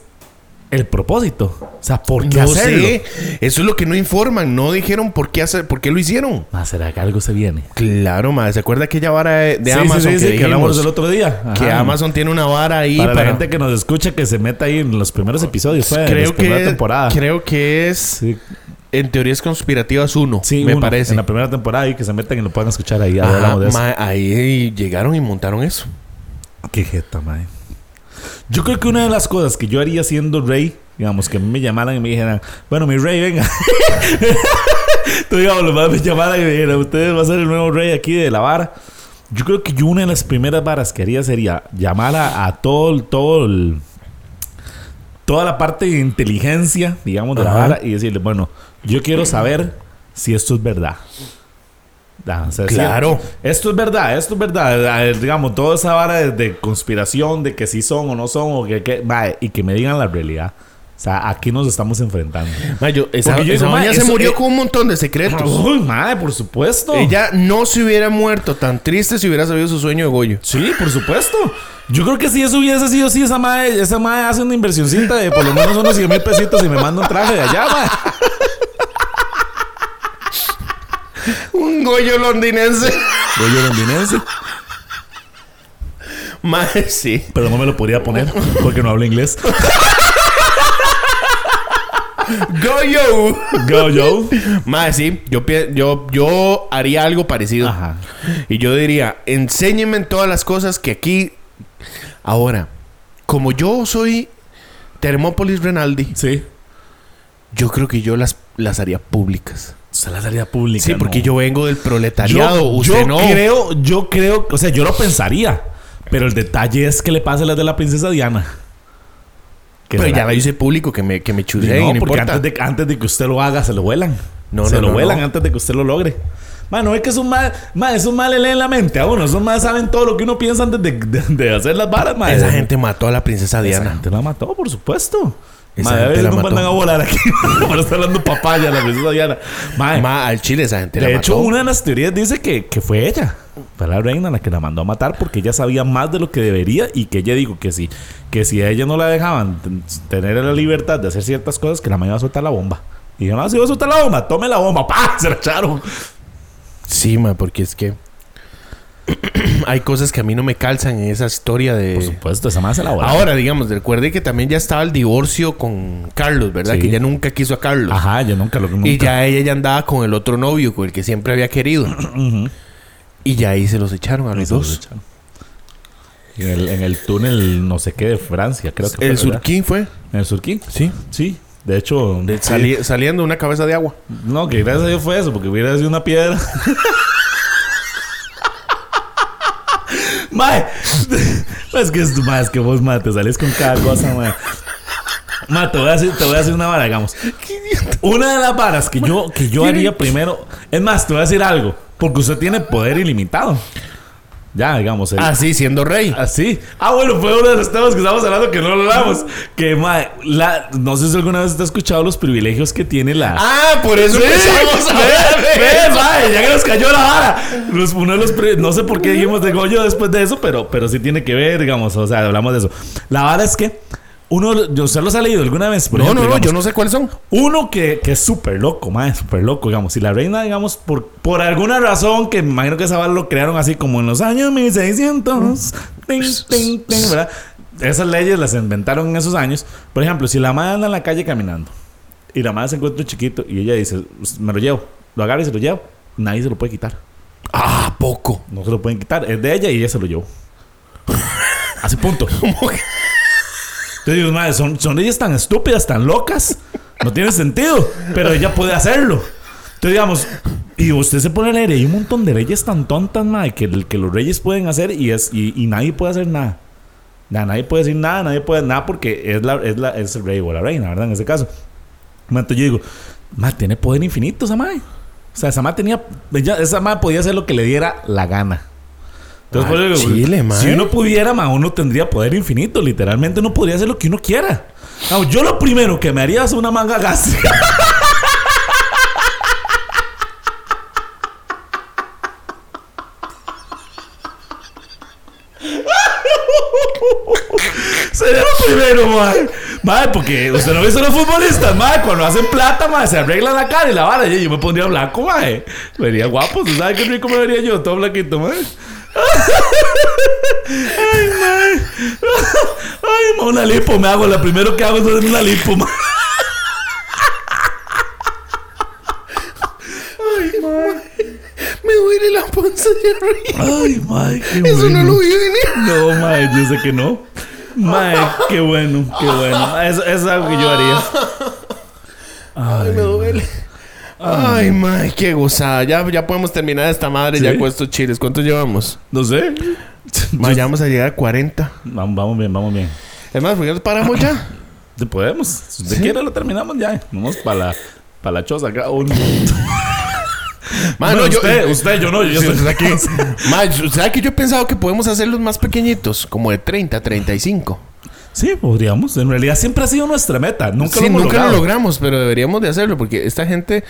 Speaker 3: el propósito? O sea, ¿por qué
Speaker 4: no
Speaker 3: hacerlo?
Speaker 4: sé. Eso es lo que no informan. No dijeron por qué hacer, por qué lo hicieron.
Speaker 3: Ma, ¿Será que algo se viene?
Speaker 4: Claro, madre. ¿Se acuerda aquella vara de, de
Speaker 3: Sí, sí,
Speaker 4: Amazon
Speaker 3: sí, sí,
Speaker 4: que,
Speaker 3: que hablamos
Speaker 4: dijimos?
Speaker 3: el otro día. Ajá.
Speaker 4: Que Amazon tiene una vara ahí
Speaker 3: Para, la gente que nos escucha, que se meta ahí en los primeros episodios. Fue,
Speaker 4: creo que
Speaker 3: primera temporada.
Speaker 4: creo que es
Speaker 3: Sí,
Speaker 4: en teorías conspirativas uno,
Speaker 3: sí,
Speaker 4: me
Speaker 3: uno,
Speaker 4: parece.
Speaker 3: En la primera temporada y que se metan y lo puedan escuchar ahí.
Speaker 4: Ajá,
Speaker 3: hablamos de eso.
Speaker 4: mae, ahí llegaron y montaron eso.
Speaker 3: Qué jeta, mae. Yo creo que una de las cosas que yo haría siendo rey, digamos, que a mí me llamaran y me dijeran, bueno, mi rey, venga. [laughs] Tú digamos, los más me llamaran y me dijeran, ustedes va a ser el nuevo rey aquí de la vara. Yo creo que yo una de las primeras varas que haría sería llamar a, a todo, el- todo el- toda la parte de inteligencia, digamos, de
Speaker 4: Ajá.
Speaker 3: la vara y decirle, bueno, yo quiero saber si esto es verdad. Ah, o sea, sí,
Speaker 4: Claro.
Speaker 3: esto es verdad, esto es verdad. A ver, Digamos, toda esa vara de, de conspiración, de que sí son o no son, o que, que- mae, y que me digan la realidad. O sea, aquí nos estamos enfrentando.
Speaker 4: Mae, yo- esa
Speaker 3: Porque yo
Speaker 4: esa
Speaker 3: digo, mae,
Speaker 4: doña se
Speaker 3: eso- [clears throat]
Speaker 4: murió
Speaker 3: eh,
Speaker 4: con un montón de secretos.
Speaker 3: Uy, madre, por supuesto.
Speaker 4: Ella no se hubiera muerto tan triste si hubiera sabido su sueño de Goyo.
Speaker 3: Sí, por supuesto. Yo creo que si eso hubiese sido así, esa madre, esa madre hace una inversioncita de por lo menos unos 100 mil pesitos y me manda un traje de allá, madre.
Speaker 4: Un Goyo [laughs] londinense.
Speaker 3: Rollo londinense.
Speaker 4: Mae, sí.
Speaker 3: Pero no me lo podría poner porque no hablo inglés.
Speaker 4: ¡Go yo!
Speaker 3: Go yo.
Speaker 4: Mae, sí, yo, pie- yo, yo haría algo parecido.
Speaker 3: Ajá.
Speaker 4: Y yo diría, enséñenme en todas las cosas que aquí. Ahora, como yo soy Termópolis Renaldi,
Speaker 3: Sí.
Speaker 4: yo creo que yo las, las haría públicas.
Speaker 3: Se la salida pública.
Speaker 4: Sí, porque
Speaker 3: no.
Speaker 4: yo vengo del proletariado.
Speaker 3: Yo,
Speaker 4: usted
Speaker 3: yo
Speaker 4: no.
Speaker 3: creo, yo creo, o sea, yo lo pensaría. Pero el detalle es que le pase la de la princesa Diana. Que
Speaker 4: Pero
Speaker 3: se la-
Speaker 4: ya la hice público que me, que me
Speaker 3: Y
Speaker 4: chuseen,
Speaker 3: no,
Speaker 4: y no
Speaker 3: porque
Speaker 4: importa.
Speaker 3: antes de, antes de que usted lo haga, se lo vuelan.
Speaker 4: No,
Speaker 3: se
Speaker 4: no,
Speaker 3: lo
Speaker 4: no,
Speaker 3: vuelan
Speaker 4: no.
Speaker 3: antes de que usted lo logre. Mano, es que esos mal, ma, esos mal le leen la mente a uno. Esos más saben todo lo que uno piensa antes de, de- de hacer las balas, ma.
Speaker 4: Esa gente mató a la princesa
Speaker 3: Esa
Speaker 4: Diana.
Speaker 3: gente la mató, por supuesto.
Speaker 4: Esa
Speaker 3: Ma, a
Speaker 4: gente
Speaker 3: ver,
Speaker 4: la
Speaker 3: no
Speaker 4: mató.
Speaker 3: mandan a volar aquí. [laughs] Para estar dando papaya a la princesa Diana. Ma,
Speaker 4: Ma, al chile esa gente
Speaker 3: de
Speaker 4: la
Speaker 3: hecho,
Speaker 4: mató.
Speaker 3: una de las teorías dice que, que fue ella. Fue la reina la que la mandó a matar porque ella sabía más de lo que debería y que ella dijo que si, que si a ella no la dejaban t- tener la libertad de hacer ciertas cosas, que la mañana iba a soltar la bomba. Y dijo, no, si iba a soltar la bomba, tome la bomba, [laughs] ¡pa! Se la echaron.
Speaker 4: Sí, ma, porque es que... [clears throat] Hay cosas que a mí no me calzan en esa historia
Speaker 3: Por
Speaker 4: de...
Speaker 3: supuesto, esa más se la volaron.
Speaker 4: Ahora, digamos, recuerde que también ya estaba el divorcio con Carlos, ¿verdad?
Speaker 3: Sí.
Speaker 4: Que ella nunca quiso a Carlos.
Speaker 3: Ajá, yo nunca lo nunca.
Speaker 4: Y ya ella ya andaba con el otro novio, con el que siempre
Speaker 3: [clears throat]
Speaker 4: había querido. y ya ahí se los echaron a los
Speaker 3: Se la
Speaker 4: dos.
Speaker 3: echaron. En el, en el túnel no sé qué de Francia, creo que fue,
Speaker 4: El
Speaker 3: ¿verdad?
Speaker 4: surquín fue.
Speaker 3: En el surquín.
Speaker 4: Sí.
Speaker 3: Sí. De hecho,
Speaker 4: De-
Speaker 3: sí.
Speaker 4: sali- saliendo una cabeza de agua.
Speaker 3: No, que gracias a Dios fue eso, porque hubiera sido una piedra. [laughs] mae, [laughs] es que es más que vos, mae, te sales con cada cosa, mae. Mae, te voy a hacer, te voy a hacer una vara, digamos. Una de las varas que yo, que yo haría primero. Es más, te voy a decir algo, porque usted tiene poder ilimitado. Ya, digamos. el-
Speaker 4: Así, Ah, siendo rey.
Speaker 3: Así. Ah, bueno, fue uno de los temas que estábamos hablando que no lo hablamos. Que, mae, la, no sé si alguna vez te has escuchado los privilegios que tiene la.
Speaker 4: Ah, por eso empezamos a hablar de
Speaker 3: Pues Ve,
Speaker 4: eso.
Speaker 3: mae, ya que nos cayó la vara. Los- uno de los pre- no sé por qué dijimos de Goyo después de eso, pero, pero sí tiene que ver, digamos. O sea, hablamos de eso. La vara es que uno, yo- usted los ha leído alguna vez. Por
Speaker 4: No,
Speaker 3: ejemplo,
Speaker 4: no, no,
Speaker 3: digamos,
Speaker 4: yo no sé cuáles son.
Speaker 3: Uno que, que es súper loco, madre, súper loco, digamos. Y la reina, digamos, por, por alguna razón, que me imagino que esa vara lo crearon así como en los años 1600. Tin, tin, tin, ¿verdad? Esas leyes las inventaron en esos años. Por ejemplo, si la madre anda en la calle caminando y la madre se encuentra un chiquito y ella dice, me lo llevo, lo agarra y se lo llevo, nadie se lo puede quitar.
Speaker 4: Ah, poco.
Speaker 3: No se lo pueden quitar, es de ella y ella se lo llevó. Así
Speaker 4: [laughs]
Speaker 3: punto. Yo digo, madre, son, son leyes tan estúpidas, tan locas. No tiene sentido. Pero ella puede hacerlo. Entonces, digamos, y usted se pone a leer, y hay un montón de leyes tan tontas, madre, que, que los reyes pueden hacer y, es, y, y nadie puede hacer nada. Na- nadie puede decir nada, nadie puede nada porque es, la, es, la, es el rey o la reina, ¿verdad? En ese caso. Ma, Entonces yo digo, ma, tiene poder infinito esa madre. O sea, esa madre tenía. ella- esa madre podía hacer lo que le diera la gana. Entonces,
Speaker 4: Al
Speaker 3: por eso digo,
Speaker 4: chile, mae.
Speaker 3: si uno pudiera, ma, uno tendría poder infinito. Literalmente uno podría hacer lo que uno quiera. Ah, yo lo primero que me haría es una manga [laughs] gástrica. Sería lo primero, madre. Madre, porque usted no ve a los futbolistas, madre. Cuando hacen plata, madre, se arreglan la cara y la vara. Yo, yo me pondría blanco, madre. Me vería guapo. ¿Usted sabe qué rico me vería yo? Todo blanquito, madre. [laughs] Ay, madre. Ay, madre, una lipo me hago. Lo primero que hago es hacer una lipo, [laughs] madre.
Speaker 4: Me duele la panza de
Speaker 3: Ay, madre, qué
Speaker 4: vi venir.
Speaker 3: No, mae, yo sé que no. Mae, qué bueno, qué bueno. Eso, eso es algo que yo haría.
Speaker 4: Ay, me duele. Ay, mae, qué gozada. Ya, ya podemos terminar esta madre ya
Speaker 3: ¿Sí?
Speaker 4: con estos chiles. ¿Cuántos llevamos?
Speaker 3: No sé.
Speaker 4: Mae, ya vamos a llegar a 40.
Speaker 3: Vamos, vamos bien, vamos bien.
Speaker 4: Es más, ¿por qué nos
Speaker 3: [laughs]
Speaker 4: paramos ya?
Speaker 3: Te podemos. Si usted quiere, lo terminamos ya. Vamos para la, pa' la choza acá. Un...
Speaker 4: Mae,
Speaker 3: Bueno,
Speaker 4: no, yo-
Speaker 3: usted, usted, yo no. Yo
Speaker 4: Sí,
Speaker 3: estoy
Speaker 4: [laughs] usted aquí. Mae, ¿sabes que yo he pensado que podemos hacerlos más pequeñitos? Como de 30, 35.
Speaker 3: Sí, podríamos. En realidad siempre ha sido nuestra meta. Nunca lo
Speaker 4: sí,
Speaker 3: hemos
Speaker 4: nunca
Speaker 3: logrado.
Speaker 4: lo logramos, pero deberíamos de hacerlo porque esta gente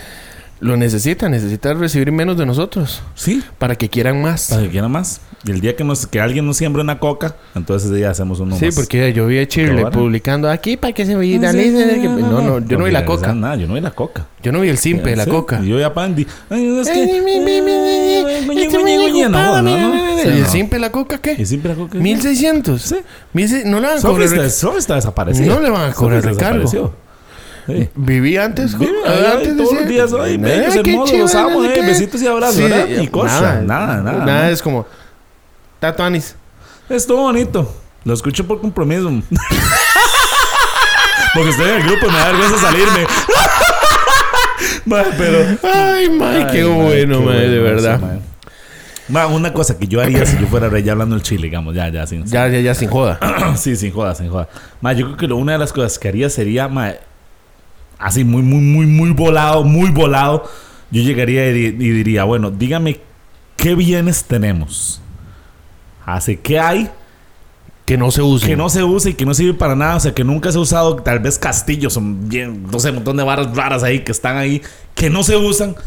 Speaker 4: lo necesita, necesita recibir menos de nosotros
Speaker 3: Sí.
Speaker 4: para que quieran más.
Speaker 3: Para que quiera más. Y el día que, nos, que alguien nos siembre una coca, entonces ya hacemos uno
Speaker 4: Sí,
Speaker 3: más.
Speaker 4: porque yo vi a Chirle
Speaker 3: Claro.
Speaker 4: publicando aquí para que se
Speaker 3: Sí, sí,
Speaker 4: viralice. que- No, no, yo no vi la
Speaker 3: o sea,
Speaker 4: coca.
Speaker 3: Nada, yo no vi la coca.
Speaker 4: Yo no vi el simple, la
Speaker 3: Sí,
Speaker 4: coca.
Speaker 3: Y yo ya Pandy. Ay, es que- eh,
Speaker 4: Ay, mi, mi, mi, mi, mi,
Speaker 3: Ay,
Speaker 4: estoy
Speaker 3: guñe, guñe,
Speaker 4: muy
Speaker 3: guñe. No,
Speaker 4: ocupado,
Speaker 3: no,
Speaker 4: mira,
Speaker 3: no.
Speaker 4: mira, mira.
Speaker 3: Sí,
Speaker 4: ¿Y el
Speaker 3: no.
Speaker 4: simple, la coca
Speaker 3: Y
Speaker 4: qué?
Speaker 3: siempre la coca.
Speaker 4: 1600.
Speaker 3: Sí.
Speaker 4: Mil se- No le van a
Speaker 3: Sofi
Speaker 4: cobrar.
Speaker 3: está, Sofi está desaparecido.
Speaker 4: No le van a cobrar
Speaker 3: Sofi
Speaker 4: recargo.
Speaker 3: desapareció. Sí.
Speaker 4: Viví antes,
Speaker 3: Vive,
Speaker 4: güey,
Speaker 3: ay,
Speaker 4: antes
Speaker 3: todos los
Speaker 4: ser-
Speaker 3: días, ay,
Speaker 4: Ay,
Speaker 3: bellos,
Speaker 4: qué
Speaker 3: hermosos,
Speaker 4: chido,
Speaker 3: los amo,
Speaker 4: no sé
Speaker 3: eh,
Speaker 4: qué.
Speaker 3: besitos y abrazos, ¿verdad? Y cosas, nada, nada, ¿no?
Speaker 4: es como. Tatuanis.
Speaker 3: Estuvo bonito. Lo escucho por compromiso. [laughs] Porque estoy en el grupo, me da vergüenza salirme. [laughs] Ma, pero.
Speaker 4: Ay, mae, qué
Speaker 3: Ay, ma,
Speaker 4: bueno,
Speaker 3: qué
Speaker 4: mae, de
Speaker 3: bueno
Speaker 4: verdad.
Speaker 3: eso, ma. Ma, una cosa que yo haría si yo fuera rey, ya hablando el chile, digamos, ya, ya, sin,
Speaker 4: Ya, ya, ya, sin joda.
Speaker 3: [clears throat] sí, sin joda, sin joda. Ma, yo creo que lo- una de las cosas que haría sería, ma, así muy, muy, muy, muy volado, muy volado. Yo llegaría y, di- y diría, bueno, dígame qué bienes tenemos. Así, ¿qué hay
Speaker 4: Que no se use.
Speaker 3: que no se usa y que no sirve para nada? O sea, que nunca se ha usado, tal vez castillos, son bien, no sé, un montón de varas raras ahí que están ahí, que no se usan.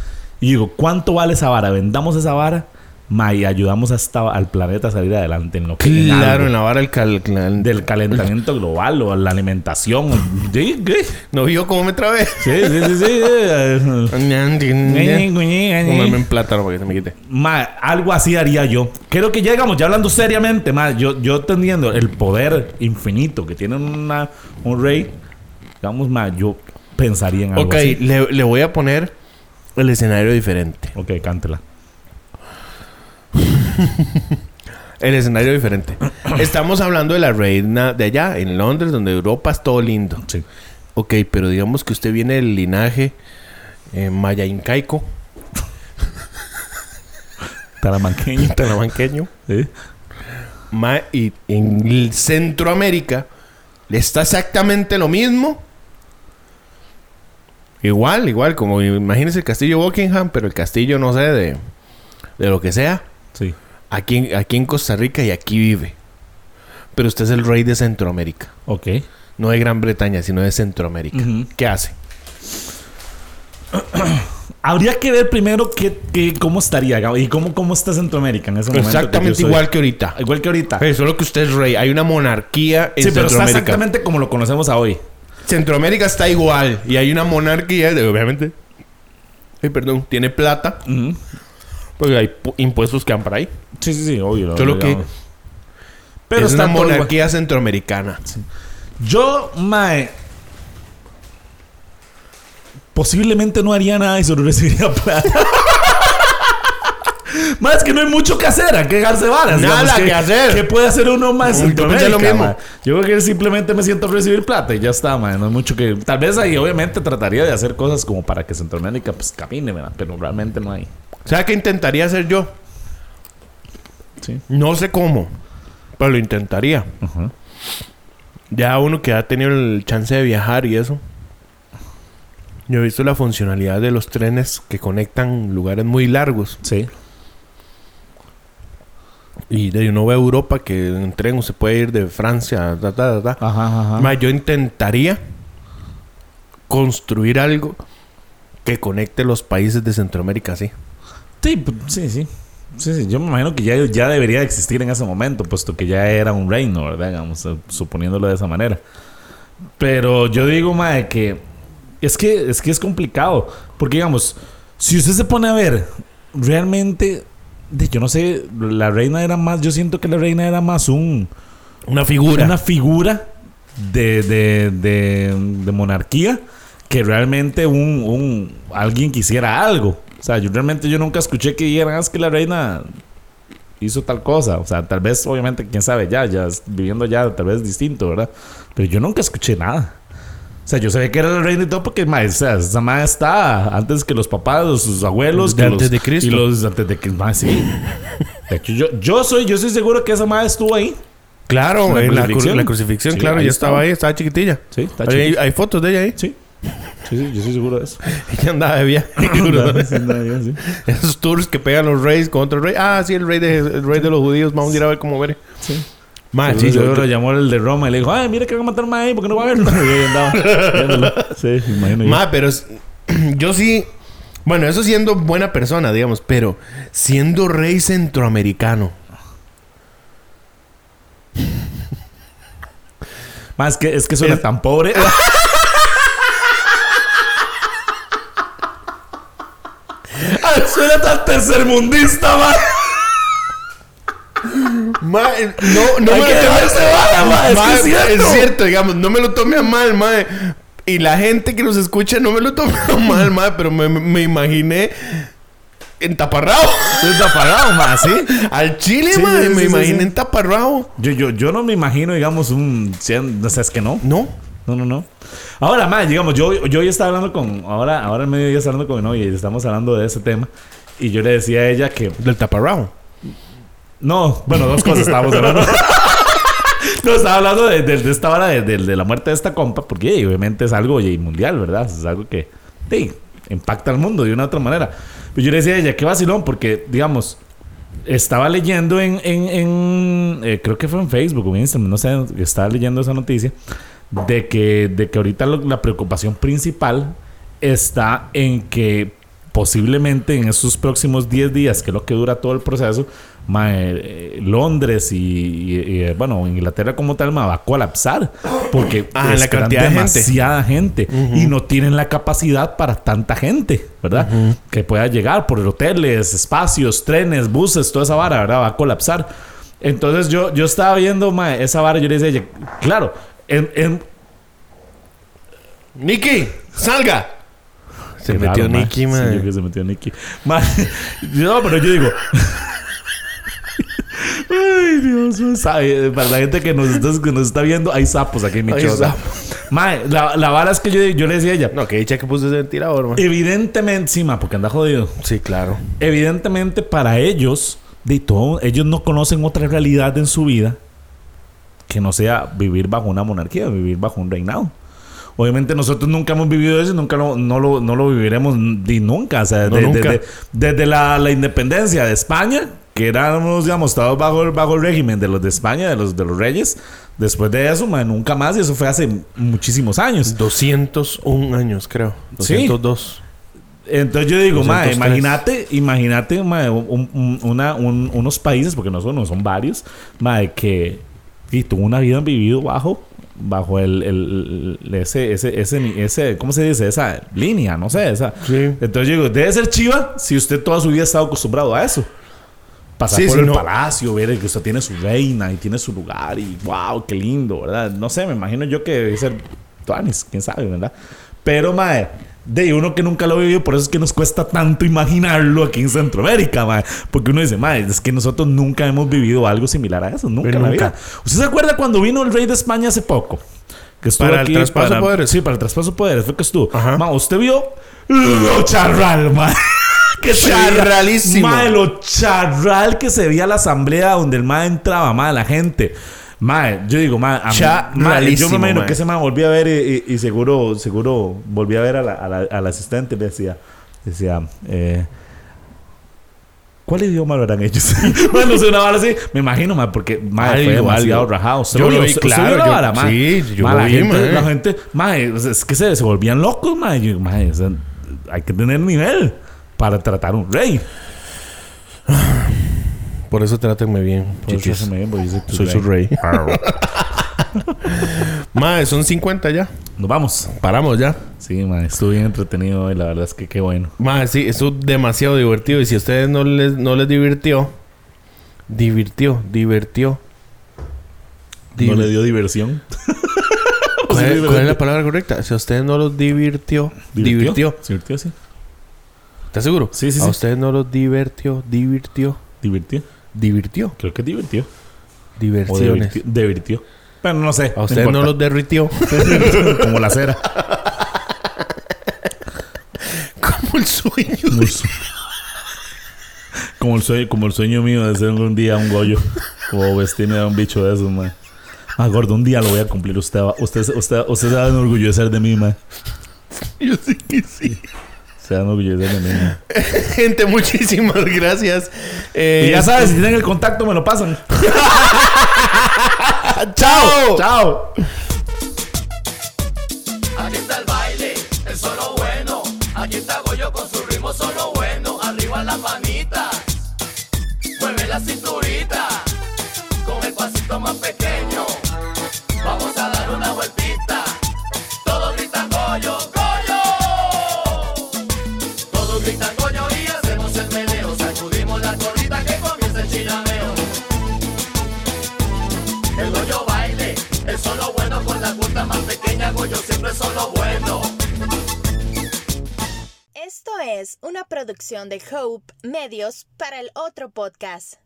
Speaker 3: Y digo, ¿cuánto vale esa vara? Vendamos esa vara, ma, y ayudamos hasta al planeta a salir adelante en lo que en algo
Speaker 4: Claro, en la vara del cal. cal-
Speaker 3: del calentamiento global o la alimentación. Sí, ¿qué?
Speaker 4: No vio cómo me trabé. [laughs]
Speaker 3: sí, sí, sí, sí. eh.
Speaker 4: Comerme un plátano para que se me quite.
Speaker 3: Ma, algo así haría yo. Creo que ya digamos, ya hablando seriamente, ma, yo, yo teniendo el poder infinito que tiene una, un rey, digamos, ma, yo pensaría en algo
Speaker 4: Ok,
Speaker 3: así.
Speaker 4: le, le voy a poner el escenario diferente.
Speaker 3: Ok, cántela.
Speaker 4: El
Speaker 3: [clears throat]
Speaker 4: escenario diferente. Estamos hablando de la reina de allá, en Londres, donde Europa es todo lindo.
Speaker 3: Sí.
Speaker 4: Ok, pero digamos que usted viene del linaje eh, maya incaico, [laughs]
Speaker 3: Talamanqueño.
Speaker 4: [laughs] talamanqueño.
Speaker 3: Sí.
Speaker 4: Ma- y en el Centroamérica le está exactamente lo mismo. Igual, igual, como imagínese el castillo de Buckingham, pero el castillo, no sé, de, de lo que sea,
Speaker 3: Sí.
Speaker 4: aquí, en- aquí en Costa Rica y aquí vive. Pero usted es el rey de Centroamérica,
Speaker 3: Ok.
Speaker 4: no de Gran Bretaña, sino de Centroamérica.
Speaker 3: Ujú.
Speaker 4: ¿Qué hace?
Speaker 3: Habría que ver primero qué, qué, cómo estaría Gabo, y cómo, cómo está Centroamérica en ese momento. que yo
Speaker 4: exactamente
Speaker 3: soy.
Speaker 4: igual que ahorita.
Speaker 3: Igual que ahorita.
Speaker 4: Pero solo que usted es rey, hay una monarquía en
Speaker 3: Sí, pero está
Speaker 4: Centroamérica.
Speaker 3: exactamente como lo conocemos a hoy.
Speaker 4: Centroamérica está igual y hay una monarquía, de- obviamente. Ay, perdón, tiene plata, porque hay pu- impuestos que van para ahí.
Speaker 3: Sí, sí, sí, obvio.
Speaker 4: Solo que
Speaker 3: digamos. Pero
Speaker 4: es
Speaker 3: está
Speaker 4: una
Speaker 3: todo igual.
Speaker 4: monarquía centroamericana.
Speaker 3: Yo, mae. Posiblemente no haría nada y solo [laughs] recibiría plata. Más es que no hay mucho que hacer, hay que dejarse varas.
Speaker 4: Nada
Speaker 3: digamos,
Speaker 4: que hacer.
Speaker 3: ¿Qué puede hacer uno más?
Speaker 4: Uy, yo pensé lo mismo.
Speaker 3: Yo creo que simplemente me siento a recibir plata y ya está, mae. No hay mucho que. Tal vez ahí, obviamente, trataría de hacer cosas como para que Centroamérica pues camine, ¿verdad? Pero realmente no hay.
Speaker 4: ¿Sabes qué intentaría hacer yo?
Speaker 3: Sí.
Speaker 4: No sé cómo, pero lo intentaría.
Speaker 3: Ajá.
Speaker 4: Ya uno que ha tenido el chance de viajar y eso. Yo he visto la funcionalidad de los trenes que conectan lugares muy largos.
Speaker 3: Sí.
Speaker 4: Y de uno ve Europa que en tren se puede ir de Francia, ta, ta, ta, ta.
Speaker 3: Ajá, ajá.
Speaker 4: Ma, yo intentaría construir algo que conecte los países de Centroamérica, sí.
Speaker 3: Sí, pu- sí, sí. Sí, sí. Yo me imagino que ya, ya debería de existir en ese momento, puesto que ya era un reino, ¿verdad? Digamos, eh, suponiéndolo de esa manera. Pero yo digo, mae, que es que es, que es complicado. Porque, digamos, si usted se pone a ver, realmente, de, yo no sé, la reina era más, yo siento que la reina era más un,
Speaker 4: Una figura.
Speaker 3: una figura de, de, de, de monarquía que realmente un, un alguien quisiera algo. O sea, yo realmente yo nunca escuché que dijeran "Ah, es que la reina hizo tal cosa. O sea, tal vez, obviamente, quién sabe, ya, ya es- viviendo ya, tal vez distinto, ¿verdad? Pero yo nunca escuché nada. O sea, yo sabía que era la reina y todo porque ma, o sea, esa madre está antes que los papás, los- sus abuelos.
Speaker 4: De
Speaker 3: que
Speaker 4: antes
Speaker 3: los-
Speaker 4: de Cristo.
Speaker 3: Y los antes de Cristo. ma, sí. De hecho, yo, yo, soy, yo soy seguro que esa madre estuvo ahí.
Speaker 4: claro,
Speaker 3: Una
Speaker 4: en la, cru-
Speaker 3: crucifixión.
Speaker 4: la crucifixión,
Speaker 3: Sí,
Speaker 4: claro,
Speaker 3: ahí
Speaker 4: ya estaba
Speaker 3: estaba.
Speaker 4: ahí, estaba chiquitilla.
Speaker 3: Sí, está
Speaker 4: Hay- hay,
Speaker 3: chiquito.
Speaker 4: hay fotos de
Speaker 3: [laughs]
Speaker 4: ella ahí.
Speaker 3: Sí. Sí, sí, yo estoy seguro [laughs] de eso.
Speaker 4: Ella andaba de [laughs] viaje.
Speaker 3: [laughs] Andaba- sí, andaba bien, sí.
Speaker 4: Esos tours que pegan los reyes contra el rey. Ah, sí, el rey de, el rey de los judíos. Vamos a ir a ver cómo ver.
Speaker 3: Ah, Sí.
Speaker 4: Ma,
Speaker 3: Seguro-
Speaker 4: sí, yo-
Speaker 3: seguro llamó el de Roma y le dijo, ay, mira que van a matar más ahí porque no va a verlo. [laughs] Y ahí andaba viéndolo. Sí, me imagino. yo.
Speaker 4: Ma, pero es- [clears throat] yo sí. Bueno, eso siendo buena persona, digamos, pero siendo rey centroamericano.
Speaker 3: Más que es que suena
Speaker 4: Es-
Speaker 3: tan pobre. Ay, Ah, suena tan tercermundista, man.
Speaker 4: Ma, eh, no, no
Speaker 3: Hay
Speaker 4: me
Speaker 3: que
Speaker 4: lo tome
Speaker 3: dejarse bala, ma, es que es cierto.
Speaker 4: digamos, no me lo tome a mal, ma. Y la gente que nos escucha no me lo tomó mal, madre, pero me, me imaginé entaparrado.
Speaker 3: Estoy taparrado, ma, ¿sí?
Speaker 4: Al chile,
Speaker 3: Sí,
Speaker 4: madre,
Speaker 3: sí,
Speaker 4: me
Speaker 3: sí,
Speaker 4: imaginé
Speaker 3: sí.
Speaker 4: entaparrado.
Speaker 3: Yo, yo, yo no me imagino, digamos, un... cien- O sea, es que no.
Speaker 4: No.
Speaker 3: No, no, no. Ahora, más, digamos, yo, yo hoy estaba hablando con... Ahora, ahora en medio día estaba hablando con mi novia y estamos hablando de ese tema. Y yo le decía a ella que...
Speaker 4: Del taparrado.
Speaker 3: No, bueno, dos cosas estábamos hablando. No, estaba hablando de, de- de esta vara de, de- de la muerte de esta compa, porque ey, obviamente es algo ey, mundial, ¿verdad? Es algo que ey, impacta al mundo de una u otra manera. Pero yo le decía a ella, qué vacilón, porque, digamos, estaba leyendo en, en, en, eh, creo que fue en Facebook o en Instagram, no sé, estaba leyendo esa noticia, de que, de que ahorita lo- la preocupación principal está en que posiblemente en esos próximos 10 días, que es lo que dura todo el proceso, ma, eh, eh, Londres y, y- y, eh, bueno, Inglaterra como tal ma, va a colapsar porque
Speaker 4: Ah, la
Speaker 3: esperan
Speaker 4: cantidad de gente.
Speaker 3: demasiada gente y no tienen la capacidad para tanta gente, ¿verdad? Que pueda llegar por hoteles, espacios, trenes, buses, toda esa vara, ¿verdad? Va a colapsar. Entonces yo, yo estaba viendo ma, esa vara y yo le decía, claro, en, en-
Speaker 4: Nicky, salga. Se
Speaker 3: Qué
Speaker 4: metió
Speaker 3: raro, ma.
Speaker 4: Nicky,
Speaker 3: Sí,
Speaker 4: madre.
Speaker 3: yo que se metió Nicky. Ma, [laughs] no, pero yo digo. [laughs] Ay, Dios mío. Sabe, Para la gente que nos, está, que nos está viendo, hay sapos aquí en mi
Speaker 4: Hay
Speaker 3: choza.
Speaker 4: sapos.
Speaker 3: Ma, la, la vara es que yo, yo le decía a ella.
Speaker 4: No, que dicha que puse ese ventilador, man.
Speaker 3: Evidentemente, sí, ma, porque anda jodido.
Speaker 4: Sí, claro.
Speaker 3: Evidentemente, para ellos, de todo, ellos no conocen otra realidad en su vida que no sea vivir bajo una monarquía, vivir bajo un reinado. Obviamente nosotros nunca hemos vivido eso, y nunca lo, no, lo, no lo viviremos ni nunca. O sea,
Speaker 4: No,
Speaker 3: de-
Speaker 4: nunca.
Speaker 3: desde, desde la, la independencia de España, que éramos, digamos, estados bajo, el- bajo el régimen de los de España, de los, de los reyes. Después de eso, ma, nunca más, y eso fue hace muchísimos años.
Speaker 4: 201 años, creo.
Speaker 3: Sí.
Speaker 4: 202.
Speaker 3: Entonces yo digo, mae,
Speaker 4: 203.
Speaker 3: imagínate, imagínate, mae, un- un- una- un- unos países, porque no son, no son varios, mae, que y tuvo una vida vivido bajo bajo el, el- el- ese, ese, ese, ese, ¿cómo se dice? Esa línea, no sé, esa.
Speaker 4: Sí.
Speaker 3: Entonces yo digo, debe ser chiva si usted toda su vida ha estado acostumbrado a eso. Pasar
Speaker 4: Sí,
Speaker 3: por
Speaker 4: sí,
Speaker 3: el
Speaker 4: no.
Speaker 3: palacio, ver que usted tiene su reina y tiene su lugar y wow, qué lindo, ¿verdad? No sé, me imagino yo que debe ser Tuanis, quién sabe, ¿verdad? Pero, mae, de uno que nunca lo vivió, por eso es que nos cuesta tanto imaginarlo aquí en Centroamérica, mae. Porque uno dice, mae, es que nosotros nunca hemos vivido algo similar a eso, nunca en
Speaker 4: Pero
Speaker 3: la
Speaker 4: nunca.
Speaker 3: vida. ¿Usted se acuerda cuando vino el rey de España hace poco? Que estuvo
Speaker 4: Para el traspaso de poderes.
Speaker 3: Sí, para el traspaso de poderes, fue que estuvo.
Speaker 4: Ajá.
Speaker 3: Ma, usted vio lo charral, mae. Que se veía-
Speaker 4: Charralísimo.
Speaker 3: Mae, lo charral que se veía la asamblea donde el mae entraba, mae, la gente. Mae, yo digo, mae, a mí-
Speaker 4: Charralísimo,
Speaker 3: mae, yo me imagino
Speaker 4: mae.
Speaker 3: que ese mae volví a ver y, y- y seguro, seguro volví a ver a la, a la- al asistente y le decía, decía, eh, ¿cuál idioma lo harán ellos? [laughs] bueno, se una vara así, me imagino, mae, porque mae, fue
Speaker 4: Algo,
Speaker 3: demasiado
Speaker 4: algo.
Speaker 3: rajado. Usted
Speaker 4: Yo lo
Speaker 3: vio-
Speaker 4: vi,
Speaker 3: usted- usted
Speaker 4: claro,
Speaker 3: vio la
Speaker 4: yo-
Speaker 3: vara, mae.
Speaker 4: sí, yo
Speaker 3: Mae,
Speaker 4: lo
Speaker 3: la
Speaker 4: vi,
Speaker 3: gente-
Speaker 4: mae.
Speaker 3: la gente gente, mae, o sea, es que se, se volvían locos, mae. Yo, mae, o sea, hay que tener nivel para tratar a un rey.
Speaker 4: Por eso trátenme bien.
Speaker 3: Por eso
Speaker 4: chichis.
Speaker 3: se me ven, porque pues, yo soy tu
Speaker 4: Soy su rey.
Speaker 3: Arr.
Speaker 4: Madre, son 50 ya.
Speaker 3: Nos vamos.
Speaker 4: Paramos ya.
Speaker 3: Sí, mae, estuvo bien entretenido hoy, la verdad es que qué bueno.
Speaker 4: Madre, sí, estuvo demasiado divertido. Y si a ustedes no les, no les divirtió, divirtió, divirtió.
Speaker 3: No le dio
Speaker 4: [laughs]
Speaker 3: diversión.
Speaker 4: ¿Cuál, es- cuál es la palabra correcta? Si a ustedes no los divirtió, divirtió.
Speaker 3: Divirtió, sí.
Speaker 4: ¿Estás seguro?
Speaker 3: Sí, sí,
Speaker 4: A
Speaker 3: sí.
Speaker 4: ustedes no los divirtió, divirtió,
Speaker 3: Divirtió.
Speaker 4: divirtió.
Speaker 3: Creo que divirtió. O
Speaker 4: Diversiones.
Speaker 3: divirtió. divirtió. Pero no sé.
Speaker 4: A ustedes no los
Speaker 3: [laughs]
Speaker 4: derritió.
Speaker 3: los... Como la cera.
Speaker 4: Como
Speaker 3: [laughs]
Speaker 4: el sueño.
Speaker 3: Muy su- Como el sueño, como el sueño mío de ser un día un goyo o vestirme de un bicho de esos, man. Ah, gordo, un día lo voy a cumplir. Usted, va- usted, usted, usted se va a enorgullecer de mí, man.
Speaker 4: Yo sé que sí.
Speaker 3: Se va a enorgullecer de mí, man.
Speaker 4: Gente, muchísimas [laughs] gracias. Eh,
Speaker 3: Y ya sabes, si tienen el contacto, me lo pasan.
Speaker 4: ¡Chao!
Speaker 3: ¡Chao!
Speaker 2: Aquí está el baile, el solo bueno. Aquí está Goyo con su ritmo solo bueno. Arriba las manitas, mueve la cinturita. Con el pasito más pequeño, vamos a dar una vueltita. Todos gritan Goyo, Goyo. Todos gritan Goyo y hacemos el meneo. Sacudimos la colita que comienza el chilameo. El Goyo baile, el solo bueno con la curta más pequeña. Goyo siempre es solo bueno.
Speaker 1: es una producción de Hope Medios para el otro podcast.